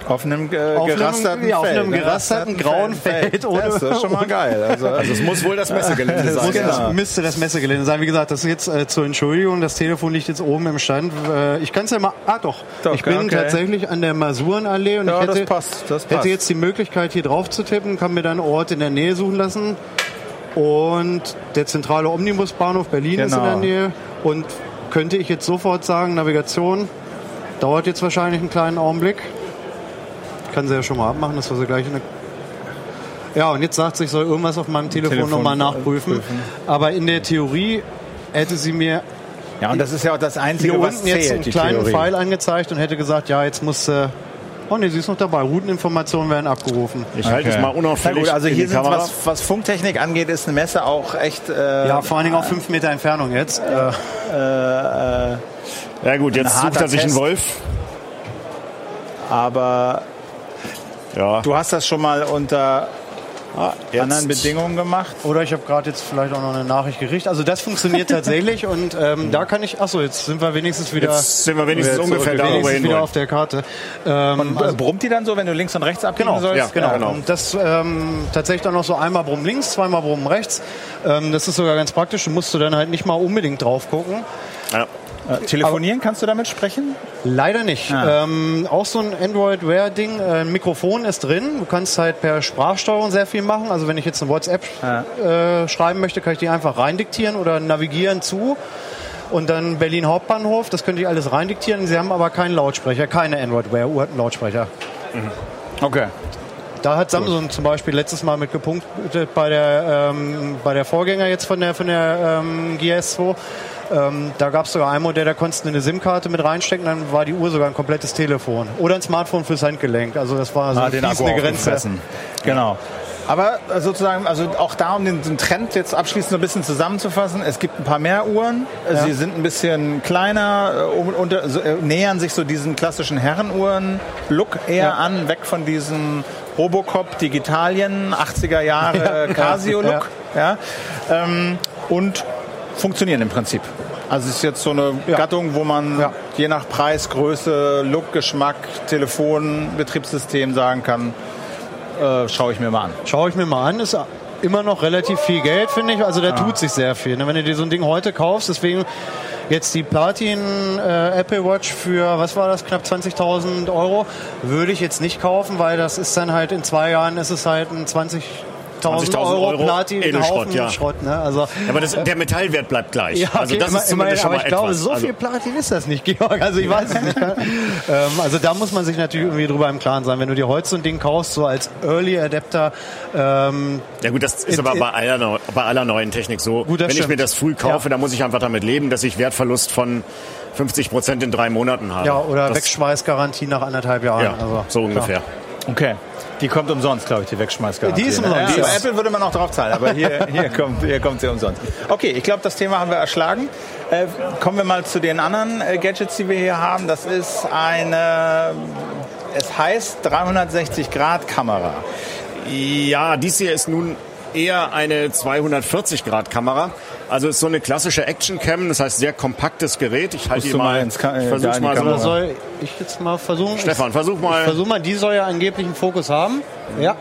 A: Auf einem äh,
B: Auf einem-
A: gerasterten
B: ja, auf
A: Feld.
B: einem gerasterten grauen Feld
A: Ohne,
B: ohne-
A: das ist schon mal geil. Also, also
C: das muss wohl das
A: <laughs>
C: Messegelände sein.
B: muss,
A: genau.
B: das müsste das Messegelände sein. Wie gesagt, das ist jetzt äh, zur Entschuldigung, das Telefon liegt jetzt oben im Stand. Äh, ich kann es ja mal. Ah doch,
A: Doch,
B: ich bin
A: okay.
B: tatsächlich an der Masurenallee und
A: Ja,
B: ich hätte,
A: das passt, das passt.
B: hätte jetzt die Möglichkeit hier drauf zu tippen, kann mir dann einen Ort in der Nähe suchen lassen. Und der zentrale Omnibusbahnhof Berlin ist in
A: Genau.
B: der Nähe. Und könnte ich jetzt sofort sagen, Navigation dauert jetzt wahrscheinlich einen kleinen Augenblick. Kann sie ja schon mal abmachen, dass wir sie gleich in eine ja, und jetzt sagt sie, ich soll irgendwas auf meinem Telefon,
A: Telefon
B: nochmal nachprüfen.
A: prüfen.
B: Aber in der Theorie hätte sie mir
A: ja, und das ist ja auch das Einzige,
B: hier
A: was
B: unten
A: zählt,
B: jetzt einen
A: die
B: kleinen
A: Theorie.
B: Pfeil angezeigt und hätte gesagt, ja, jetzt muss... Äh, oh ne, sie ist noch dabei. Routeninformationen werden abgerufen.
C: Ich halte es
A: Okay.
C: mal unauffällig
A: Na gut, also
C: in
A: hier
C: die
A: sind
C: Kamera.
A: was, was Funktechnik angeht, ist eine Messe auch echt. Äh,
B: Ja, vor allen Dingen auf fünf Meter Entfernung jetzt. Äh,
A: äh, äh,
C: Ja gut, jetzt sucht
A: harter
C: er sich einen
A: Test.
C: Wolf.
A: aber
C: Ja.
A: du hast das schon mal unter
C: Ah, jetzt.
A: anderen Bedingungen gemacht.
B: Oder ich habe gerade jetzt vielleicht auch noch eine Nachricht gekriegt. Also das
A: <laughs>
B: funktioniert tatsächlich und ähm, da kann ich. Achso, jetzt sind wir wenigstens wieder,
C: Jetzt sind wir wenigstens
A: Jetzt
C: ungefähr
A: so,
C: darüber
B: wenigstens wieder
C: hinwollen.
B: auf der Karte. Ähm,
A: Also brummt die dann so, wenn du links und rechts abbiegen
B: Genau,
A: sollst?
C: ja.
B: genau.
C: genau.
B: Und das ähm, tatsächlich dann noch so einmal Brumm links, zweimal Brumm rechts. Ähm, das ist sogar ganz praktisch. Du musst du dann halt nicht mal unbedingt drauf gucken.
C: Ja.
A: Äh, telefonieren kannst du damit sprechen?
B: Leider nicht. Ähm, auch so ein Android Wear Ding. Äh, ein Mikrofon ist drin. Du kannst halt per Sprachsteuerung sehr viel machen. Also wenn ich jetzt eine WhatsApp äh, schreiben möchte, kann ich die einfach reindiktieren oder navigieren zu. Und dann Berlin Hauptbahnhof, das könnte ich alles reindiktieren. Sie haben aber keinen Lautsprecher, keine Android Wear Uhr hat einen Lautsprecher.
A: Okay.
B: Da hat Samsung zum Beispiel letztes Mal mit gepunktet bei der, ähm, bei der Vorgänger jetzt von der, von der ähm, GS2. Ähm, da gab es sogar ein Modell, da konntest du eine SIM-Karte mit reinstecken, dann war die Uhr sogar ein komplettes Telefon. Oder ein Smartphone fürs Handgelenk. Also das war so
A: Ah,
B: eine
A: den Akku
B: fließende Grenze.
A: aufgefressen. Genau. Aber äh, sozusagen, also auch da, um den, den Trend jetzt abschließend so ein bisschen zusammenzufassen, es gibt ein paar mehr Uhren, äh, sie sind ein bisschen kleiner, äh, um- unter, so, äh, nähern sich so diesen klassischen Herrenuhren-Look eher
B: Ja.
A: an, weg von diesem Robocop, Digitalien, 80er
B: <laughs>
A: Jahre Casio-Look. Ja. Ähm, und funktionieren im Prinzip. Also es ist jetzt so eine Gattung, wo man
B: Ja.
A: je nach Preis, Größe, Look, Geschmack, Telefon, Betriebssystem sagen kann, äh, schaue ich mir mal an.
B: Schaue ich mir mal an, ist immer noch relativ viel Geld, finde ich. Also da tut sich sehr viel. ne? Wenn du dir so ein Ding heute kaufst, deswegen jetzt die Platin äh, Apple Watch für, was war das, knapp 20.000 Euro, würde ich jetzt nicht kaufen, weil das ist dann halt in zwei Jahren, ist es halt ein 20.000
C: 20.000
B: Euro,
C: Euro
B: Platin
C: Edelschrott,
B: Haufen
C: ja.
B: Schrott, ne? Also,
C: Ja, Aber das, der Metallwert bleibt gleich.
B: ja,
C: also
B: okay,
C: das
B: immer-
C: ist
B: immerhin,
C: zumindest schon
B: aber
C: mal
B: ich glaube,
C: etwas.
B: so
C: also,
B: viel Platin ist das nicht, <laughs> Georg. Also ich weiß es nicht.
C: <laughs>
B: ähm, also da muss man sich natürlich irgendwie drüber im Klaren sein. Wenn du dir heute so ein Ding kaufst, so als Early Adapter, ähm,
C: ja gut, das ist
B: In-
C: aber
B: in-
C: bei aller, neu- bei aller neuen Technik so.
B: Gut, das
C: Wenn ich mir
B: stimmt.
C: das früh kaufe,
B: Ja.
C: dann muss ich einfach damit leben, dass ich Wertverlust von 50 Prozent in drei Monaten habe.
B: ja, oder
C: das,
B: Wegschmeißgarantie nach anderthalb Jahren.
C: Ja,
B: also,
C: so ungefähr.
A: Okay. Die kommt umsonst, glaube ich, die Wegschmeißgarantie.
B: Die ist umsonst,
A: Ja,
B: ja.
A: bei Apple würde man auch drauf zahlen, aber <laughs> hier, hier, kommt, hier kommt sie umsonst. Okay, ich glaube, das Thema haben wir erschlagen. Äh, kommen wir mal zu den anderen äh, Gadgets, die wir hier haben. Das ist eine, es heißt 360-Grad-Kamera.
C: Ja, dies hier ist nun eher eine 240-Grad-Kamera. Also ist so eine klassische Action-Cam, das heißt sehr kompaktes Gerät. Ich halte
A: Musst
C: die
A: du
C: mal,
A: mal ins Ka- äh,
C: ich
A: da
C: versuch's
A: in die
C: mal
B: Ja. Oder
C: so.
A: Kamera.
B: soll ich jetzt mal versuchen?
C: Stefan, versuch
B: ich, ich
C: mal. Mhm.
B: versuch mal, die soll ja angeblich einen Fokus haben. Ja.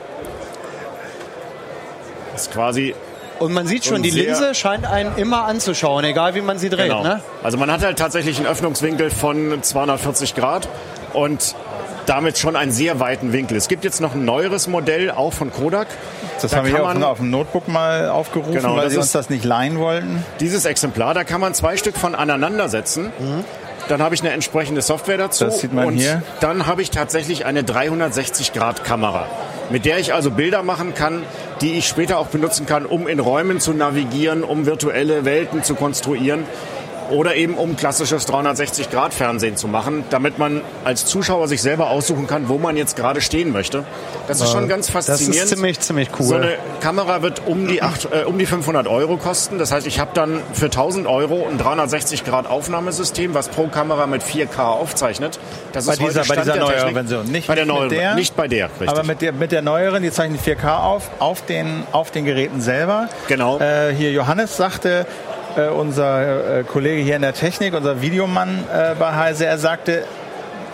C: Das ist quasi
B: Und man sieht schon,
C: Und
B: die
C: sehr-
B: Linse scheint einen immer anzuschauen, egal wie man sie dreht.
C: Genau.
B: Ne?
C: Also man hat halt tatsächlich einen Öffnungswinkel von 240 Grad und damit schon einen sehr weiten Winkel. Es gibt jetzt noch ein neueres Modell, auch von Kodak.
A: Das
C: Da
A: haben wir
C: kann
A: hier auf,
C: man-
A: dem- auf dem Notebook mal aufgerufen,
C: Genau,
A: weil
C: das
A: sie
C: ist-
A: uns das nicht leihen wollten.
C: Dieses Exemplar, da kann man zwei Stück von aneinander setzen. Dann habe ich eine entsprechende Software dazu.
A: Das sieht man
C: und
A: hier.
C: dann habe ich tatsächlich eine 360-Grad-Kamera, mit der ich also Bilder machen kann, die ich später auch benutzen kann, um in Räumen zu navigieren, um virtuelle Welten zu konstruieren oder eben um klassisches 360-Grad-Fernsehen zu machen, damit man als Zuschauer sich selber aussuchen kann, wo man jetzt gerade stehen möchte. Das ist
A: Äh,
C: schon ganz
B: Also, Das
C: faszinierend.
B: ist ziemlich, ziemlich cool.
C: So eine Kamera wird um die, acht, äh, um die 500 Euro kosten. Das heißt, ich habe dann für 1000 Euro ein 360-Grad-Aufnahmesystem, was pro Kamera mit 4K aufzeichnet. Das
A: Bei dieser-
C: heute
A: bei
C: Stand
A: dieser
C: der
A: neueren
C: Technik.
A: Version. Nicht-
C: bei der
A: nicht mit
C: neueren,
A: der,
C: nicht bei der, richtig.
A: Aber mit der, mit der neueren, die zeichnen 4K auf, auf den, auf den Geräten selber.
C: Genau.
A: Äh, hier Johannes sagte, äh, unser äh, Kollege hier in der Technik, unser Videomann äh, bei Heise, er sagte,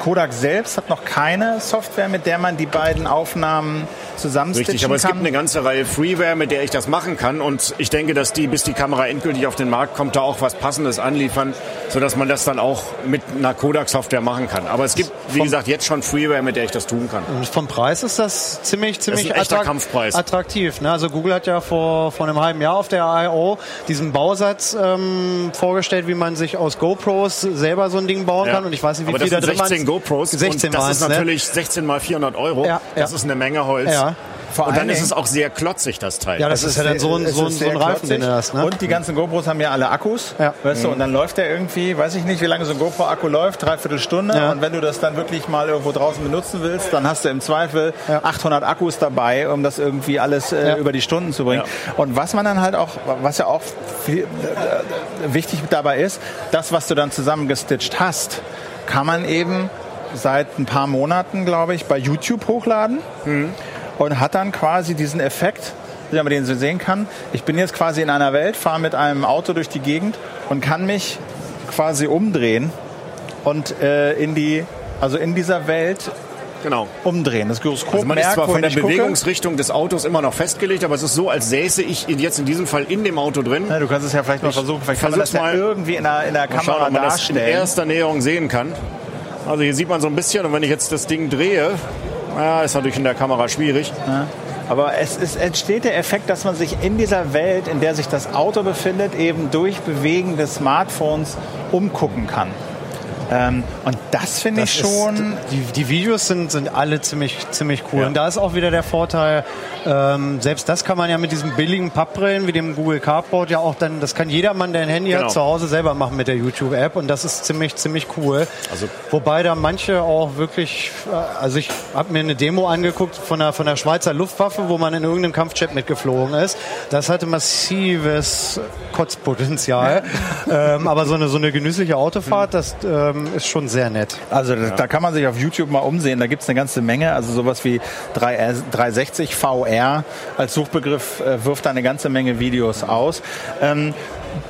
A: Kodak selbst hat noch keine Software, mit der man die beiden Aufnahmen zusammenstitchen
C: Richtig, aber es
A: kann.
C: gibt eine ganze Reihe Freeware, mit der ich das machen kann. Und ich denke, dass die, bis die Kamera endgültig auf den Markt kommt, da auch was Passendes anliefern, sodass man das dann auch mit einer Kodak-Software machen kann. Aber es gibt, wie gesagt, jetzt schon Freeware, mit der ich das tun kann.
B: Und vom Preis ist das ziemlich, ziemlich
C: ein echter Kampfpreis.
B: attraktiv. Ne? Also Google hat ja vor, vor einem halben Jahr auf der I.O. diesen Bausatz ähm, vorgestellt, wie man sich aus GoPros selber so ein Ding bauen
C: Ja.
B: kann. Und ich weiß nicht, wie
C: Aber
B: viel da
C: das
B: drin
C: sind
B: waren.
C: 16 GoPros
B: 16
C: und das
B: waren's,
C: ist
B: ne?
C: natürlich 16 mal 400 Euro.
B: Ja,
C: das
B: ja.
C: ist eine Menge Holz.
B: Ja.
A: Vor
C: und dann
A: allen
C: ist es
A: Dingen-
C: auch sehr klotzig, das Teil.
B: Ja, das
A: Es
B: ist ja dann so ein,
A: es
B: so ein,
A: ist
B: so ein
A: sehr
B: Reifen, den du
A: klotzig.
B: hast. Ne?
A: Und die ganzen GoPros haben ja alle Akkus.
B: Ja. Mhm.
A: Weißt du, und dann läuft der irgendwie, weiß ich nicht, wie lange so ein GoPro-Akku läuft, dreiviertel Stunde.
B: Ja.
A: Und wenn du das dann wirklich mal irgendwo draußen benutzen willst, dann hast du im Zweifel
B: Ja.
A: 800 Akkus dabei, um das irgendwie alles äh,
B: Ja.
A: über die Stunden zu bringen. Und was man dann halt auch, was ja auch viel, äh, wichtig dabei ist, das, was du dann zusammengestitcht hast,
B: Mhm.
A: kann man eben seit ein paar Monaten, glaube ich, bei YouTube hochladen. und hat dann quasi diesen Effekt, den man sehen kann. Ich bin jetzt quasi in einer Welt, fahre mit einem Auto durch die Gegend und kann mich quasi umdrehen und äh, in die, also in dieser Welt
C: Genau.
A: umdrehen. Das Gyroskop
C: Also man ist
A: merkt,
C: zwar von
A: wohin
C: der
A: ich gucke.
C: Bewegungsrichtung des Autos immer noch festgelegt, aber es ist so, als säße ich in- jetzt in diesem Fall in dem Auto drin.
A: Na, ne, du kannst es ja vielleicht mal versuchen. Vielleicht kann man das
C: versuch's
A: ja
C: mal.
A: irgendwie in der, in der
C: Mal
A: Kamera
C: schauen, ob man das in
A: darstellen.
C: erster Näherung sehen kann. Also hier sieht man so ein bisschen und wenn ich jetzt das Ding drehe, ja, ist natürlich in der Kamera schwierig.
A: Aber es ist, entsteht der Effekt, dass man sich in dieser Welt, in der sich das Auto befindet, eben durch Bewegen des Smartphones umgucken kann. Ähm, und das finde ich schon.
B: Ist, die, die Videos sind, sind alle ziemlich, ziemlich cool. Und da ist auch wieder der Vorteil, ähm, selbst das kann man ja mit diesen billigen Pappbrillen wie dem Google Cardboard ja auch dann, das kann jedermann, der ein Handy
C: Genau.
B: hat, zu Hause selber machen mit der YouTube-App. Und das ist ziemlich, ziemlich cool.
A: Also
B: Wobei da manche auch wirklich, äh, also ich habe mir eine Demo angeguckt von der, von der Schweizer Luftwaffe, wo man in irgendeinem Kampfjet mitgeflogen ist. Das hatte massives
A: <laughs>
B: Kotzpotenzial. ähm, aber so eine, so eine genüssliche Autofahrt, das ähm, ist schon sehr nett.
A: Also da- da kann man sich auf YouTube mal umsehen. Da gibt es eine ganze Menge. Also sowas wie äh, 3, 360 VR als Suchbegriff äh, wirft da eine ganze Menge Videos aus. Ähm,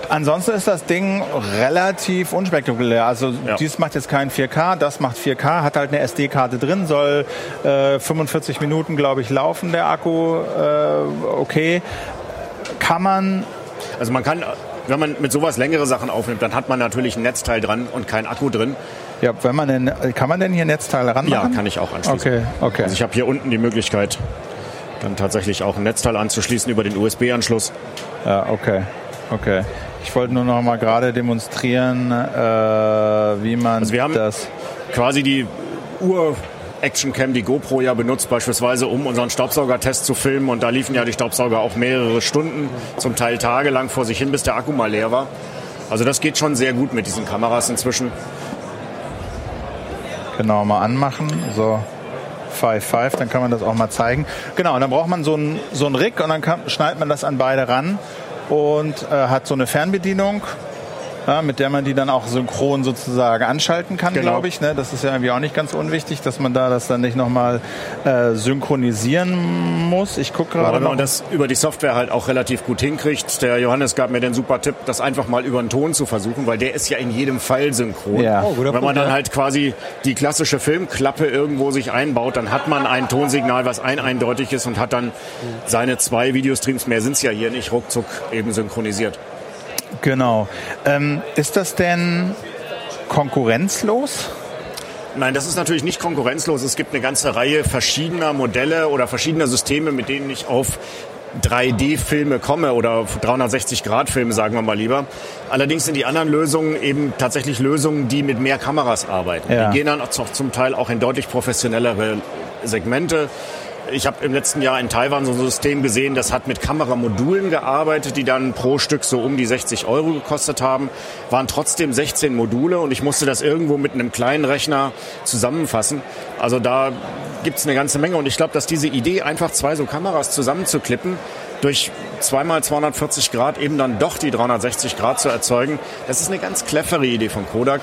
A: ansonsten ist das Ding relativ unspektakulär. Also
C: Ja.
A: dies macht jetzt kein 4K, das macht 4K, hat halt eine SD-Karte drin, soll äh, 45 Minuten, glaube ich, laufen, der Akku. Äh, okay. Kann man
C: Also man kann, wenn man mit sowas längere Sachen aufnimmt, dann hat man natürlich ein Netzteil dran und keinen Akku drin.
A: ja, wenn man denn, kann man denn hier Netzteile
C: Ja,
A: ranmachen?
C: kann ich auch anschließen.
A: Okay, okay.
C: Also ich habe hier unten die Möglichkeit, dann tatsächlich auch ein Netzteil anzuschließen über den USB-Anschluss.
A: Ja, Ah, okay. Okay. Ich wollte nur noch mal gerade demonstrieren, äh, wie man
C: Also wir haben-
A: das.
C: Quasi die Ur- Actioncam, die GoPro ja benutzt, beispielsweise um unseren Staubsaugertest zu filmen. Und da liefen ja die Staubsauger auch mehrere Stunden, zum Teil tagelang vor sich hin, bis der Akku mal leer war. Also das geht schon sehr gut mit diesen Kameras inzwischen.
A: Genau, mal anmachen. So 5-5, dann kann man das auch mal zeigen. Genau, und dann braucht man so einen so einen Rig und dann kann, schneidet man das an beide ran und äh, hat so eine Fernbedienung, ja, mit der man die dann auch synchron sozusagen anschalten kann,
C: Genau.
A: glaube ich. Ne? Das ist ja irgendwie auch nicht ganz unwichtig, dass man da das dann nicht nochmal äh, synchronisieren muss. Ich gucke
C: Aber
A: gerade
C: wenn
A: noch.
C: man das über die Software halt auch relativ gut hinkriegt, der Johannes gab mir den super Tipp, das einfach mal über den Ton zu versuchen, weil der ist ja in jedem Fall synchron.
A: Ja. Oh,
B: guter
C: wenn man
B: Punkt,
C: dann
B: ja.
C: halt quasi die klassische Filmklappe irgendwo sich einbaut, dann hat man ein Tonsignal, was ein eindeutig ist und hat dann seine zwei Videostreams, mehr sind's ja hier nicht, ruckzuck eben synchronisiert.
A: Genau. Ähm, ist das denn konkurrenzlos?
C: Nein, das ist natürlich nicht konkurrenzlos. Es gibt eine ganze Reihe verschiedener Modelle oder verschiedener Systeme, mit denen ich auf 3D-Filme komme oder auf 360-Grad-Filme, sagen wir mal lieber. Allerdings sind die anderen Lösungen eben tatsächlich Lösungen, die mit mehr Kameras arbeiten.
A: Ja.
C: Die gehen dann auch zu- zum Teil auch in deutlich professionellere Segmente. Ich habe im letzten Jahr in Taiwan so ein System gesehen, das hat mit Kameramodulen gearbeitet, die dann pro Stück so um die 60 Euro gekostet haben. Waren trotzdem 16 Module und ich musste das irgendwo mit einem kleinen Rechner zusammenfassen. Also da gibt's eine ganze Menge und ich glaube, dass diese Idee, einfach zwei so Kameras zusammenzuklippen, durch zweimal 240 Grad eben dann doch die 360 Grad zu erzeugen, das ist eine ganz clevere Idee von Kodak.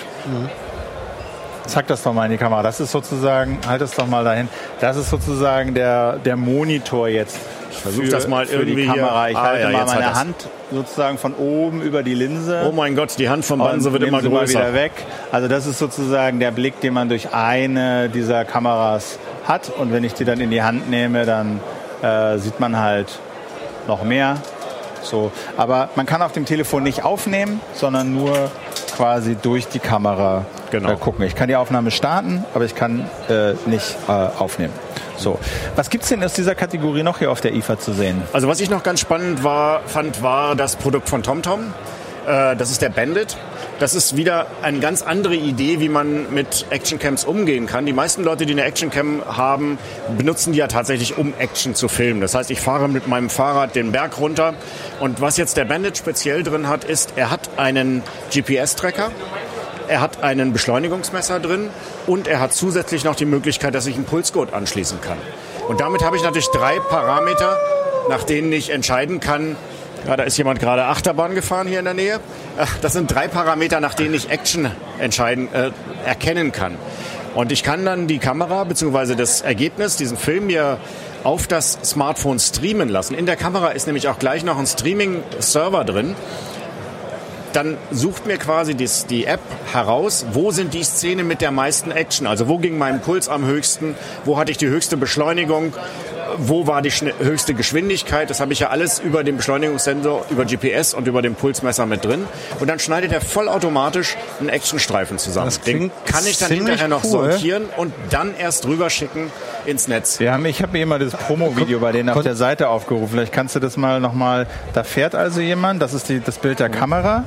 A: Zack das doch mal in die Kamera. Das ist sozusagen, halt das doch mal dahin. Das ist sozusagen der, der Monitor jetzt. Ich
C: versuch das mal
A: für
C: irgendwie
A: die
C: hier.
A: Kamera. Ich
C: Ah,
A: halte
C: ja,
A: mal
C: jetzt hat
A: meine
C: das.
A: Hand sozusagen von oben über die Linse.
C: Oh mein Gott, die Hand von Banse
A: Und
C: wird
A: nehmen
C: immer
A: Sie mal
C: größer.
A: wieder weg. Also das ist sozusagen der Blick, den man durch eine dieser Kameras hat. Und wenn ich die dann in die Hand nehme, dann äh, sieht man halt noch mehr. So, aber man kann auf dem Telefon nicht aufnehmen, sondern nur quasi durch die Kamera
C: Genau.
A: äh, gucken. Ich kann die Aufnahme starten, aber ich kann äh, nicht äh, aufnehmen. So, was gibt's denn aus dieser Kategorie noch hier auf der IFA zu sehen?
C: Also was ich noch ganz spannend war, fand, war das Produkt von TomTom. Äh, Das ist der Bandit. Das ist wieder eine ganz andere Idee, wie man mit Actioncams umgehen kann. Die meisten Leute, die eine Actioncam haben, benutzen die ja tatsächlich, um Action zu filmen. Das heißt, ich fahre mit meinem Fahrrad den Berg runter. Und was jetzt der Bandit speziell drin hat, ist, er hat einen GPS-Tracker. Er hat einen Beschleunigungsmesser drin und er hat zusätzlich noch die Möglichkeit, dass ich einen Pulsgurt anschließen kann. Und damit habe ich natürlich drei Parameter, nach denen ich entscheiden kann, ja, da ist jemand gerade Achterbahn gefahren hier in der Nähe. Äh, Das sind drei Parameter, nach denen ich Action entscheiden, äh, erkennen kann. Und ich kann dann die Kamera bzw. das Ergebnis, diesen Film hier auf das Smartphone streamen lassen. In der Kamera ist nämlich auch gleich noch ein Streaming-Server drin. Dann sucht mir quasi dies, die App heraus, wo sind die Szenen mit der meisten Action? Also wo ging mein Puls am höchsten? Wo hatte ich die höchste Beschleunigung? Wo war die schne- höchste Geschwindigkeit? Das habe ich ja alles über den Beschleunigungssensor, über GPS und über den Pulsmesser mit drin. Und dann schneidet er vollautomatisch einen Actionstreifen zusammen.
B: Das
C: den
B: klingt
C: kann ich dann
B: ziemlich
C: hinterher noch
B: cool.
C: sortieren und dann erst rüberschicken ins Netz.
D: Wir haben, ich habe mir immer das Promo-Video bei denen auf
B: kon-
D: der Seite aufgerufen. Vielleicht kannst du das mal nochmal. Da fährt also jemand, das ist die, das Bild der Kamera.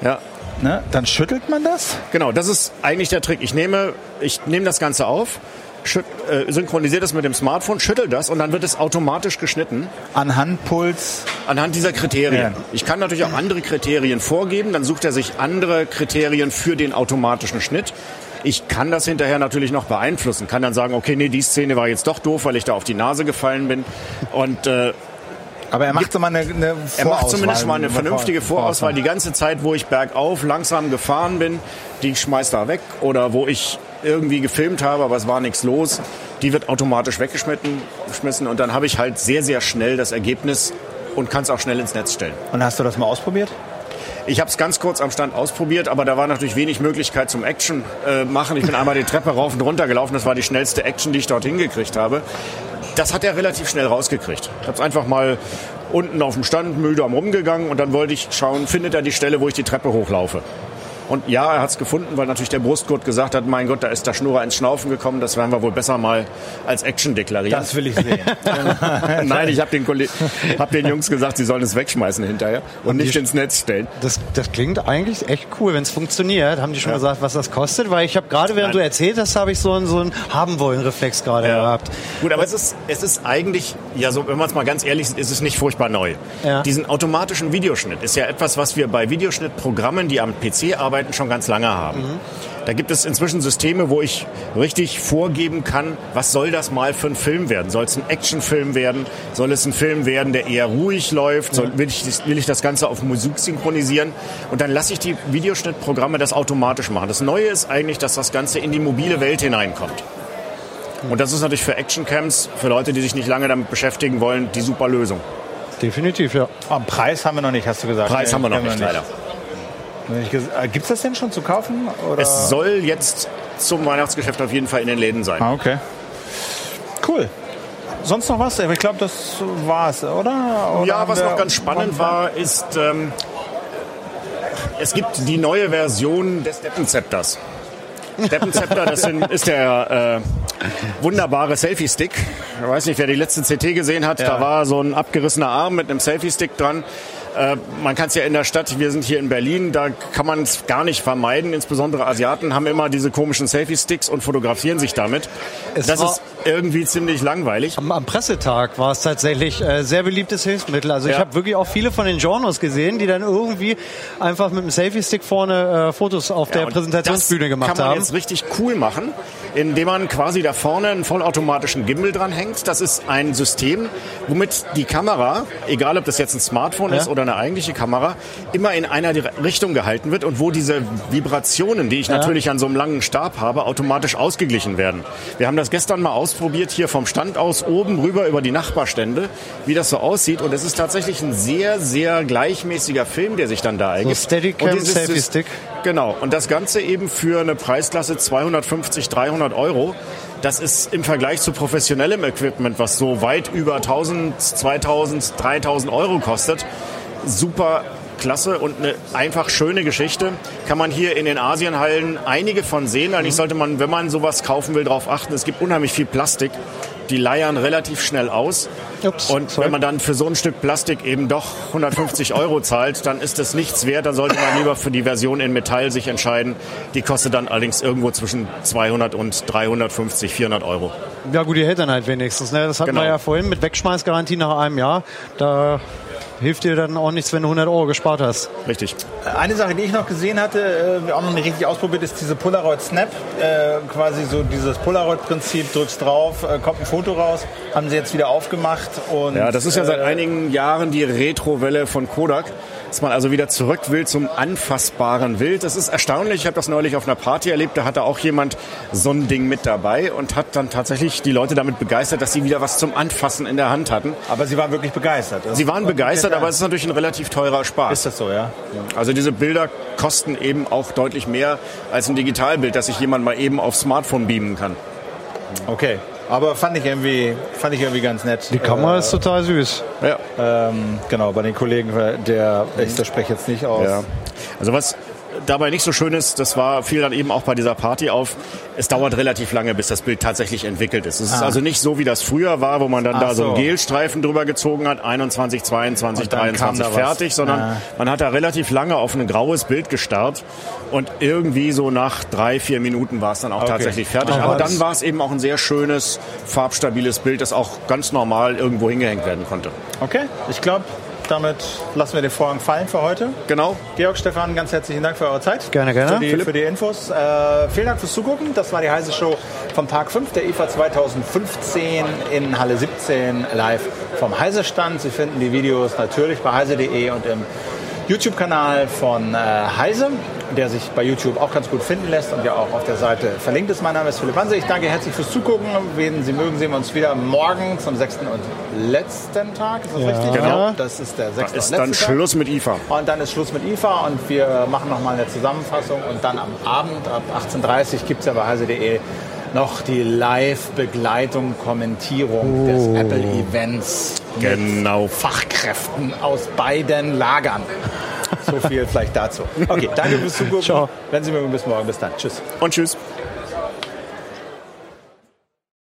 C: Ja.
D: Ne? Dann schüttelt man das.
C: Genau, das ist eigentlich der Trick. Ich nehme, ich nehme das Ganze auf, schütt, äh, synchronisiere das mit dem Smartphone, schüttel das und dann wird es automatisch geschnitten
D: An Handpuls.
C: anhand dieser Kriterien.
D: Ja.
C: Ich kann natürlich auch andere Kriterien vorgeben, dann sucht er sich andere Kriterien für den automatischen Schnitt. Ich kann das hinterher natürlich noch beeinflussen, kann dann sagen, okay, nee, die Szene war jetzt doch doof, weil ich da auf die Nase gefallen bin und äh,
D: Aber er macht so mal eine, eine
C: er macht zumindest mal eine
D: Vorauswahl.
C: vernünftige Vorauswahl. Die ganze Zeit, wo ich bergauf langsam gefahren bin, die schmeißt er weg. Oder wo ich irgendwie gefilmt habe, aber es war nichts los, die wird automatisch weggeschmissen. geschmissen. Und dann habe ich halt sehr, sehr schnell das Ergebnis und kann es auch schnell ins Netz stellen.
D: Und hast du das mal ausprobiert?
C: Ich habe es ganz kurz am Stand ausprobiert, aber da war natürlich wenig Möglichkeit zum Action äh, machen. Ich bin einmal die Treppe rauf und runter gelaufen. Das war die schnellste Action, die ich dort hingekriegt habe. Das hat er relativ schnell rausgekriegt. Ich habe es einfach mal unten auf dem Stand müde am rumgegangen und dann wollte ich schauen, findet er die Stelle, wo ich die Treppe hochlaufe. Und ja, er hat es gefunden, weil natürlich der Brustgurt gesagt hat, mein Gott, da ist der Schnurrer ins Schnaufen gekommen. Das werden wir wohl besser mal als Action deklarieren.
D: will ich
C: <laughs>
D: sehen.
C: Nein, ich habe den, Kolle- hab den Jungs gesagt, sie sollen es wegschmeißen hinterher und nicht ins Netz stellen.
B: Das, das klingt eigentlich echt cool, wenn es funktioniert. Haben die schon gesagt, was das kostet? Weil ich habe gerade, während
C: Nein.
B: du erzählt hast, habe ich so einen, so einen haben wollen Reflex gerade gehabt.
C: Gut, aber es ist, es ist eigentlich, ja, so, wenn man es mal ganz ehrlich sieht, ist es nicht furchtbar neu.
B: Ja.
C: Diesen automatischen Videoschnitt ist ja etwas, was wir bei Videoschnittprogrammen, die am PC arbeiten, schon ganz lange haben.
B: Mhm.
C: Da gibt es inzwischen Systeme, wo ich richtig vorgeben kann, was soll das mal für ein Film werden? Soll es ein Actionfilm werden? Soll es ein Film werden, der eher ruhig läuft? Soll, will, ich, das- will ich das Ganze auf Musik synchronisieren? Und dann lasse ich die Videoschnittprogramme das automatisch machen. Das Neue ist eigentlich, dass das Ganze in die mobile Welt hineinkommt. Und das ist natürlich für Actioncams, für Leute, die sich nicht lange damit beschäftigen wollen, die super Lösung.
B: Definitiv, ja.
D: Am Oh, Preis haben wir noch nicht, hast du gesagt.
C: Preis
D: Nee,
C: haben wir noch
D: kennen
C: nicht, leider.
D: Gibt es äh, das denn schon zu kaufen? Oder?
C: Es soll jetzt zum Weihnachtsgeschäft auf jeden Fall in den Läden sein.
D: ah, okay. Cool. Sonst noch was? Ich glaube, das war's, oder? oder
C: Ja,
D: haben
C: was
D: wir-
C: noch ganz spannend war, ist, ähm, es gibt die neue Version des Deppenzepters. Deppenzepter, das sind, ist der äh, wunderbare Selfie-Stick. Ich weiß nicht, wer die letzte CT gesehen hat, da war so ein abgerissener Arm mit einem Selfie-Stick dran. Äh, man kann es ja in der Stadt, wir sind hier in Berlin, da kann man es gar nicht vermeiden. Insbesondere Asiaten haben immer diese komischen Selfie-Sticks und fotografieren sich damit.
B: Es
C: das
B: war-
C: ist irgendwie ziemlich langweilig.
B: Am, am Pressetag war es tatsächlich äh, sehr beliebtes Hilfsmittel. Also ich
C: Ja.
B: habe wirklich auch viele von den Genres gesehen, die dann irgendwie einfach mit dem Selfie-Stick vorne äh, Fotos auf der
C: und
B: Präsentationsbühne
C: das
B: gemacht
C: kann man
B: haben.
C: jetzt richtig cool machen, indem man quasi da vorne einen vollautomatischen Gimbal dranhängt. Das ist ein System, womit die Kamera, egal ob das jetzt ein Smartphone ist oder eine eigentliche Kamera, immer in einer Dire- Richtung gehalten wird und wo diese Vibrationen, die ich natürlich an so einem langen Stab habe, automatisch ausgeglichen werden. Wir haben das gestern mal ausprobiert, hier vom Stand aus oben rüber über die Nachbarstände, wie das so aussieht. Und es ist tatsächlich ein sehr, sehr gleichmäßiger Film, der sich dann da ergibt.
B: Steadicam,
C: Und dieses-
B: Selfie-Stick.
C: Genau, und das Ganze eben für eine Preisklasse 250, 300 Euro. Das ist im Vergleich zu professionellem Equipment, was so weit über 1000, 2000, 3000 Euro kostet, super klasse und eine einfach schöne Geschichte. Kann man hier in den Asienhallen einige von sehen. Eigentlich sollte man, wenn man sowas kaufen will, darauf achten. Es gibt unheimlich viel Plastik. Die leiern relativ schnell aus.
B: Ups,
C: und
B: sorry.
C: wenn man dann für so ein Stück Plastik eben doch 150 Euro zahlt, dann ist das nichts wert. Dann sollte man lieber für die Version in Metall sich entscheiden. Die kostet dann allerdings irgendwo zwischen 200 und 350, 400 Euro.
B: Ja gut, die hält dann halt wenigstens. Ne? Das hatten
C: Genau.
B: wir ja vorhin mit Wegschmeißgarantie nach einem Jahr. Da hilft dir dann auch nichts, wenn du 100 Euro gespart hast.
C: Richtig.
A: Eine Sache, die ich noch gesehen hatte, äh, auch noch nicht richtig ausprobiert, ist diese Polaroid Snap. Äh, quasi so dieses Polaroid-Prinzip, drückst drauf, äh, kommt ein Foto raus, haben sie jetzt wieder aufgemacht. Und,
C: Ja, das ist ja seit
A: äh,
C: einigen Jahren die Retrowelle von Kodak, dass man also wieder zurück will zum anfassbaren Wild. Das ist erstaunlich. Ich habe das neulich auf einer Party erlebt. Da hatte auch jemand so ein Ding mit dabei und hat dann tatsächlich die Leute damit begeistert, dass sie wieder was zum Anfassen in der Hand hatten.
A: Aber sie waren wirklich begeistert. Das
C: Sie waren
A: war-
C: begeistert, aber es ist natürlich ein relativ teurer
A: Ist
C: Spaß.
A: das so, ja?
C: Also diese Bilder kosten eben auch deutlich mehr als ein Digitalbild, das sich jemand mal eben aufs Smartphone beamen kann.
A: Okay. Aber fand ich irgendwie, fand ich irgendwie ganz nett.
B: Die Kamera ist total süß.
C: Ja.
A: Ähm, genau, bei den Kollegen, der ich das spreche jetzt nicht aus.
C: Ja. Also was dabei nicht so schön ist, das war fiel dann eben auch bei dieser Party auf. Es dauert relativ lange, bis das Bild tatsächlich entwickelt ist. Es ist also nicht so, wie das früher war, wo man dann
A: Ah. Ach
C: da so einen
A: so.
C: Gelstreifen drüber gezogen hat, 21, 22,
A: Und dann kam
C: 23
A: da was. Ah.
C: fertig, sondern
A: Ja.
C: man hat da relativ lange auf ein graues Bild gestarrt und irgendwie so nach drei, vier Minuten war es dann auch
A: Okay. Oh,
C: tatsächlich fertig.
A: Aber
C: Aber
A: das-
C: dann war es eben auch ein sehr schönes, farbstabiles Bild, das auch ganz normal irgendwo hingehängt werden konnte.
A: Okay, ich glaube, damit lassen wir den Vorhang fallen für heute.
C: Genau,
A: Georg, Stefan, ganz herzlichen Dank für eure Zeit.
B: Gerne, gerne.
A: Für die, für die Infos. Äh, vielen Dank fürs Zugucken. Das war die heiße Show vom Tag 5 der E IFA 2015 in Halle 17 live vom Heise-Stand. Sie finden die Videos natürlich bei heise.de und im YouTube-Kanal von äh, Heise, der sich bei YouTube auch ganz gut finden lässt und ja auch auf der Seite verlinkt ist. Mein Name ist Philipp Hanse. Ich danke herzlich fürs Zugucken. Wenn Sie mögen, sehen wir uns wieder morgen zum sechsten und letzten Tag. Ist das richtig?
C: Genau.
A: Das ist der sechste
C: ist
A: und letzte
C: dann
A: Tag.
C: Schluss mit IFA.
A: Und dann ist Schluss mit IFA und wir machen nochmal eine Zusammenfassung. Und dann am Abend ab 18.30 Uhr gibt es ja bei heise.de E noch die Live-Begleitung, Kommentierung des Apple-Events
C: Genau.
A: mit Fachkräften aus beiden Lagern. So viel vielleicht dazu. Okay, danke fürs Zugucken.
B: Ciao.
A: Wenn Sie mögen, bis morgen. Bis dann. Tschüss.
C: Und tschüss.